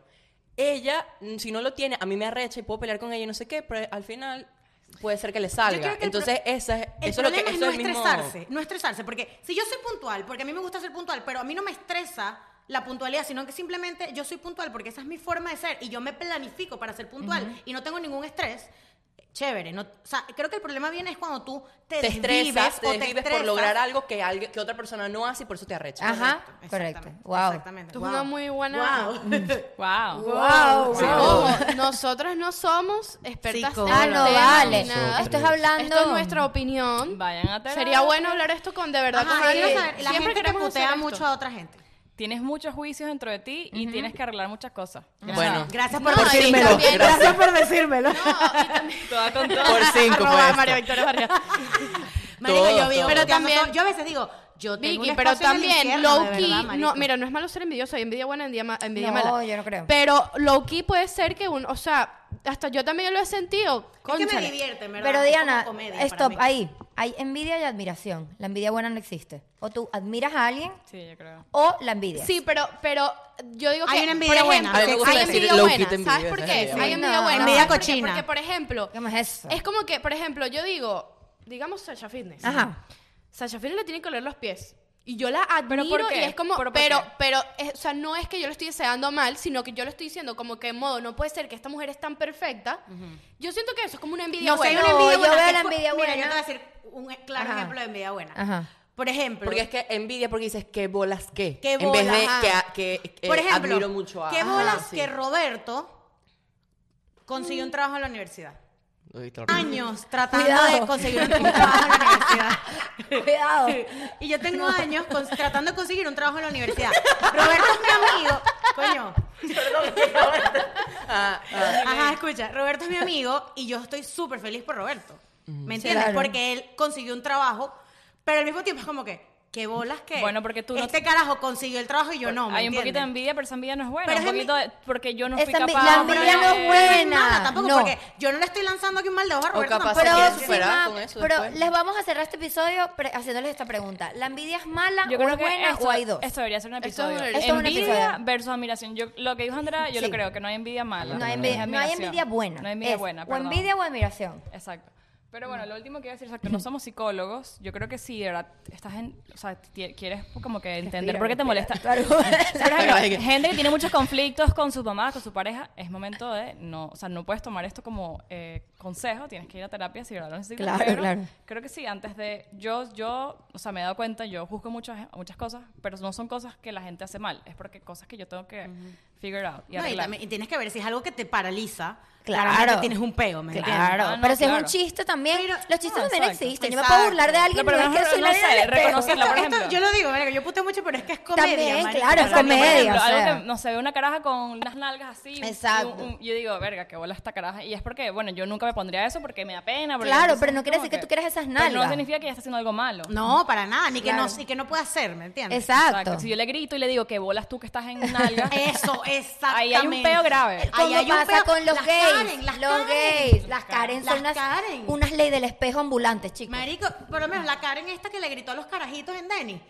S5: Ella, mm, si no lo tiene, a mí me arrecha y puedo pelear con ella y no sé qué, pero al final puede ser que le salga.
S2: creo que el pro-
S5: Entonces, esa es,
S2: el
S5: eso es lo que
S2: problema es,
S5: eso
S2: no
S5: el mismo-
S2: estresarse. No estresarse. Porque si yo soy puntual, porque a mí me gusta ser puntual, pero a mí no me estresa la puntualidad, sino que simplemente yo soy puntual porque esa es mi forma de ser y yo me planifico para ser puntual y no tengo ningún estrés. Chévere, no, o sea, creo que el problema viene es cuando tú te,
S5: te
S2: desvives
S5: estresas, te
S2: o
S5: desvives por
S2: estresas. Ah,
S5: lograr algo que, alguien, que otra persona no hace y por eso te arrecha.
S4: Ajá.
S2: Exactamente,
S4: Correcto. Wow.
S2: Exactamente.
S3: Tú
S2: Wow.
S3: una muy buena-
S2: Wow.
S1: Wow.
S4: Wow.
S3: Sí, ojo, nosotros no somos expertas
S2: Psicólogas.
S3: en el
S4: Ah, no,
S3: tema
S4: vale.
S3: ni nada.
S4: Esto es hablando.
S3: Esto es nuestra opinión.
S1: Vayan a terapia.
S3: Sería bueno hablar esto con de verdad.
S2: Ajá,
S3: con
S2: yo
S3: alguien.
S2: quiero saber, la
S3: Siempre
S2: gente que
S3: queremos hacer
S2: putea
S3: esto.
S2: mucho a otra gente.
S1: Tienes muchos juicios dentro de ti y tienes que arreglar muchas cosas.
S5: Bueno,
S2: Gracias
S3: por No, y decírmelo. también-
S2: Gracias por decírmelo.
S1: Toda con todo.
S5: por cinco,
S3: Arroba
S5: pues.
S3: María Victoria Barriga.
S2: Marico, yo vivo
S5: Todo, todo.
S2: pero
S3: Pero
S2: también,
S3: también-
S2: yo a veces digo, yo tengo
S3: Vicky,
S2: un
S3: pero
S2: espacio en el
S3: también
S2: infierno, de
S3: low key,
S2: verdad, marico.
S3: no, mira, no es malo ser envidioso, hay envidia buena, envidia, ma- envidia
S4: No,
S3: mala.
S4: yo no creo.
S3: Pero low key puede ser que un, o sea, hasta yo también lo he sentido.
S2: Es que me
S3: Cónchale.
S2: divierte, en ¿verdad?
S4: Pero
S2: es como
S4: Diana,
S2: comedia para
S4: stop,
S2: mí.
S4: ahí. Hay envidia y admiración. La envidia buena no existe. O tú admiras a alguien
S1: Sí, yo creo.
S4: o la envidia.
S3: Sí, pero, pero yo digo que.
S2: Hay una envidia
S3: por
S2: buena,
S5: a mí me
S3: ejemplo,
S5: gusta
S3: Hay
S5: decir
S3: envidia
S5: low-key
S3: buena.
S5: te envidio,
S3: ¿Sabes por
S5: esa
S3: qué?
S5: envidia.
S3: Hay
S4: Sí,
S3: envidia
S4: no.
S3: buena.
S2: Envidia
S3: ¿sabes por qué?
S2: cochina.
S3: Porque, por ejemplo,
S4: ¿Cómo es eso?
S3: es como que, por ejemplo, yo digo, digamos Sasha Fitness.
S4: Ajá.
S3: Sasha Fitness le tiene que oler los pies. Y yo la admiro
S1: ¿Pero por qué?
S3: y es como,
S1: ¿Pero
S3: pero,
S1: por
S3: pero,
S1: qué?
S3: es- o sea, no es que yo lo estoy deseando mal, sino que yo lo estoy diciendo como que en modo, no puede ser que esta mujer es tan perfecta. Yo siento que eso es como una envidia
S2: No, si hay
S3: buena.
S2: una envidia
S4: yo
S2: buena,
S4: veo
S2: que
S4: la
S2: fue- mira,
S4: envidia buena.
S2: yo te voy a decir un claro
S4: Ajá.
S2: ejemplo de envidia buena.
S4: Ajá.
S2: Por ejemplo,
S5: Porque es que envidia porque dices qué bolas qué.
S2: Qué
S5: en vez
S2: bolas,
S5: de
S2: ajá.
S5: que, a- que, que
S2: por ejemplo,
S5: admiro mucho a.
S2: ¿qué
S5: Ajá,
S2: bolas
S5: sí.
S2: que Roberto consiguió un trabajo en la universidad?
S5: Uy, te lo-
S2: años tratando
S4: Cuidado.
S2: de conseguir un trabajo en la universidad.
S4: Cuidado.
S2: Y yo tengo años cons- tratando de conseguir un trabajo en la universidad. Roberto es mi amigo. Coño.
S5: Ah, ah.
S2: Ajá, escucha. Roberto es mi amigo y yo estoy súper feliz por Roberto. ¿Me entiendes?
S4: Mm. Claro.
S2: Porque él consiguió un trabajo, pero al mismo tiempo es como que, qué bolas que.
S1: Bueno, porque tú no-
S2: Este carajo consiguió el trabajo y yo no. ¿me
S1: Hay un poquito de
S2: entiendes?
S1: envidia, pero esa envidia no es buena.
S2: Pero
S1: un
S2: es envi-
S1: poquito de- porque yo no
S4: Esa
S1: fui
S4: envi-
S1: capaz.
S4: la envidia
S1: porque-
S4: no es buena.
S2: Nada, tampoco,
S4: No.
S2: porque yo no le estoy lanzando aquí un mal de ojo a Roberto.
S5: capaz
S2: tampoco.
S5: se quiere
S4: sí,
S5: superar
S4: ma-
S5: con eso
S4: pero
S5: después.
S4: les vamos a cerrar este episodio pre- haciéndoles esta pregunta. ¿La envidia es mala
S1: Yo
S4: o
S1: creo
S4: es
S1: que
S4: buena
S1: esto,
S4: o hay dos?
S1: esto debería ser un
S3: Esto es un-
S1: episodio.
S3: esto
S4: es un
S1: envidia
S4: episodio.
S1: versus admiración. Yo, lo que dijo Andrea, yo
S4: Sí.
S1: lo creo, que no hay envidia mala.
S4: No hay envidia, no hay
S1: admiración.
S4: envidia buena.
S1: No hay envidia
S4: Es
S1: buena,
S4: O
S1: perdón.
S4: envidia o admiración.
S1: Exacto. Pero bueno, lo último que iba a decir, exacto, no somos psicólogos. Yo creo que sí, de verdad, estás en, o sea, ti- quieres como que entender por qué te molesta. Por ejemplo, gente que tiene muchos conflictos con sus mamás, con su pareja, es momento de no, o sea, no puedes tomar esto como eh, consejo, tienes que ir a terapia si de verdad lo necesitas.
S4: Claro,
S1: pero
S4: claro.
S1: Creo que sí, antes de yo yo, o sea, me he dado cuenta, yo juzgo muchas muchas cosas, pero no son cosas que la gente hace mal, es porque cosas que yo tengo que figure out y
S2: No, y,
S1: arreglar.
S2: también- y tienes que ver si es algo que te paraliza.
S4: Claro.
S2: claramente tienes un peo, ¿me
S4: Claro,
S1: Ah, no,
S4: pero si es un
S1: claro.
S4: chiste también,
S2: Pero-
S4: los chistes
S1: no,
S4: también
S1: exacto.
S4: existen. Yo me puedo
S2: Exacto.
S4: burlar de alguien,
S1: No, pero
S4: pero, es que
S1: no,
S4: soy
S1: no
S4: la
S1: sé,
S4: nena del espejo.
S1: reconocerlo, por ejemplo.
S2: entiendes? Esto, yo lo digo, marico, yo puteo mucho, pero es que es comedia.
S4: También,
S2: marico.
S4: claro,
S2: O sea,
S4: es
S1: Exacto, por
S4: comedia,
S1: ejemplo,
S4: o sea.
S1: algo que, no se ve una caraja con unas nalgas así. un-
S4: Exacto.
S1: y un- un- yo digo, verga, qué bola esta caraja. Y es porque, bueno, yo nunca me pondría eso porque me da pena. porque
S4: Claro,
S1: entonces
S4: pero no
S1: es
S4: quiere
S1: como
S4: decir que tú quieras esas
S1: pero
S4: nalgas.
S1: no significa que ella está haciendo algo malo.
S2: No, para nada, ni que
S4: Claro.
S2: no, y que no pueda hacer, ¿me entiendes?
S4: Exacto.
S1: Si yo le grito y le digo, qué bolas tú que estás en nalgas.
S2: Eso, exactamente. Eh,
S1: Ahí hay un peo grave.
S4: Como
S2: Ahí hay un
S4: pasa
S2: peo-
S4: con los
S2: las
S4: gays.
S2: Karen, las
S4: los
S2: Karen.
S4: gays. Las Karen son
S2: Las
S4: unas,
S2: Karen.
S4: unas ley del espejo ambulantes, chicos.
S2: Marico, por lo menos la Karen esta que le gritó a los carajitos en Denny.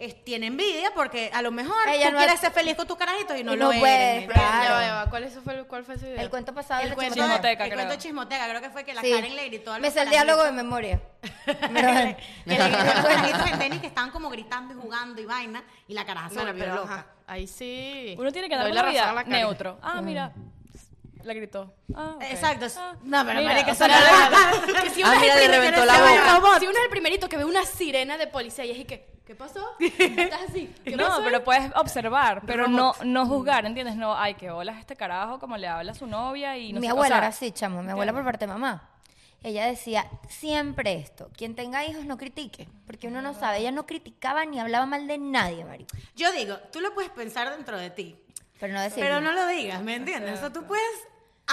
S2: es- tiene envidia porque a lo mejor
S4: Ella
S2: tú
S4: no
S2: quieres
S4: es-
S2: ser feliz con tus carajitos y no
S4: y
S2: lo
S4: no
S2: eres,
S4: puedes,
S2: ¿me
S3: Pero ya
S4: claro.
S2: entiendes?
S3: va, ya va. ¿Cuál eso fue, ¿Cuál fue ese video?
S4: El cuento pasado de
S2: El
S4: la
S2: cuento,
S4: chismoteca.
S1: Chismoteca,
S2: el cuento
S1: creo.
S2: chismoteca, creo que fue que la
S4: Sí.
S2: Karen le gritó a los
S4: Me sé el
S2: carajitos-
S4: diálogo de memoria. Pero bueno.
S2: que le gritó a los carajitos en tenis que estaban como gritando y jugando y vaina y la caraja se
S3: Bueno,
S2: volvió
S3: pero
S2: loca.
S3: ajá, Ahí sí.
S1: Uno tiene que dar
S3: Doy
S1: una
S3: la razón a
S1: vida
S3: la Karen.
S1: neutro. Ah, mira, le gritó. Ah, ok.
S2: Exacto.
S1: Ah,
S2: no, pero
S1: mira,
S2: marica,
S1: o sea,
S2: eso no-
S3: Porque si
S5: Ah,
S3: uno es el
S5: mira, le
S3: primero-
S5: reventó
S3: si
S5: la
S3: uno-
S5: boca.
S3: Si uno es el primerito que ve una sirena de policía y es y que, ¿qué pasó? Estás así. ¿Qué
S1: No,
S3: pasó?
S1: pero puedes observar, pero no, no juzgar, ¿entiendes? No, ay, qué bolas este carajo, como le habla a su novia y no
S4: mi
S1: sé- o
S4: abuela
S1: sea,
S4: era así, chamo. Mi abuela por parte de mamá. Ella decía siempre esto: quien tenga hijos no critique. Porque uno no sabe. Ella no criticaba ni hablaba mal de nadie, marico.
S2: Yo digo, tú lo puedes pensar dentro de ti,
S4: Pero no decía.
S2: pero no lo digas, ¿me entiendes? O sea, tú puedes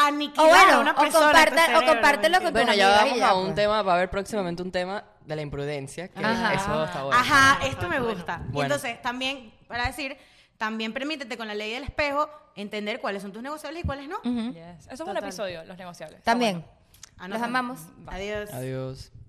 S4: O
S2: aniquilar a
S4: bueno,
S2: una
S4: o
S2: persona. en tu
S4: comparte- o
S2: cerebro, ¿me
S4: compártelo con
S2: entiendes?
S4: tu
S5: Bueno, ya
S4: amigas
S5: vamos
S4: y ya,
S5: a un
S4: pues.
S5: tema, va a haber próximamente un tema de la imprudencia, que
S4: Ajá.
S5: eso está bueno.
S2: Ajá, esto me gusta. Y
S5: Bueno.
S2: entonces, también, para decir, también permítete con la ley del espejo entender cuáles son tus negociables y
S4: Mm.
S2: cuáles no.
S1: Yes. Eso es un episodio, los negociables. Está
S4: También.
S2: Ah, no,
S4: Los
S2: son-
S4: amamos.
S2: Adiós.
S5: Adiós.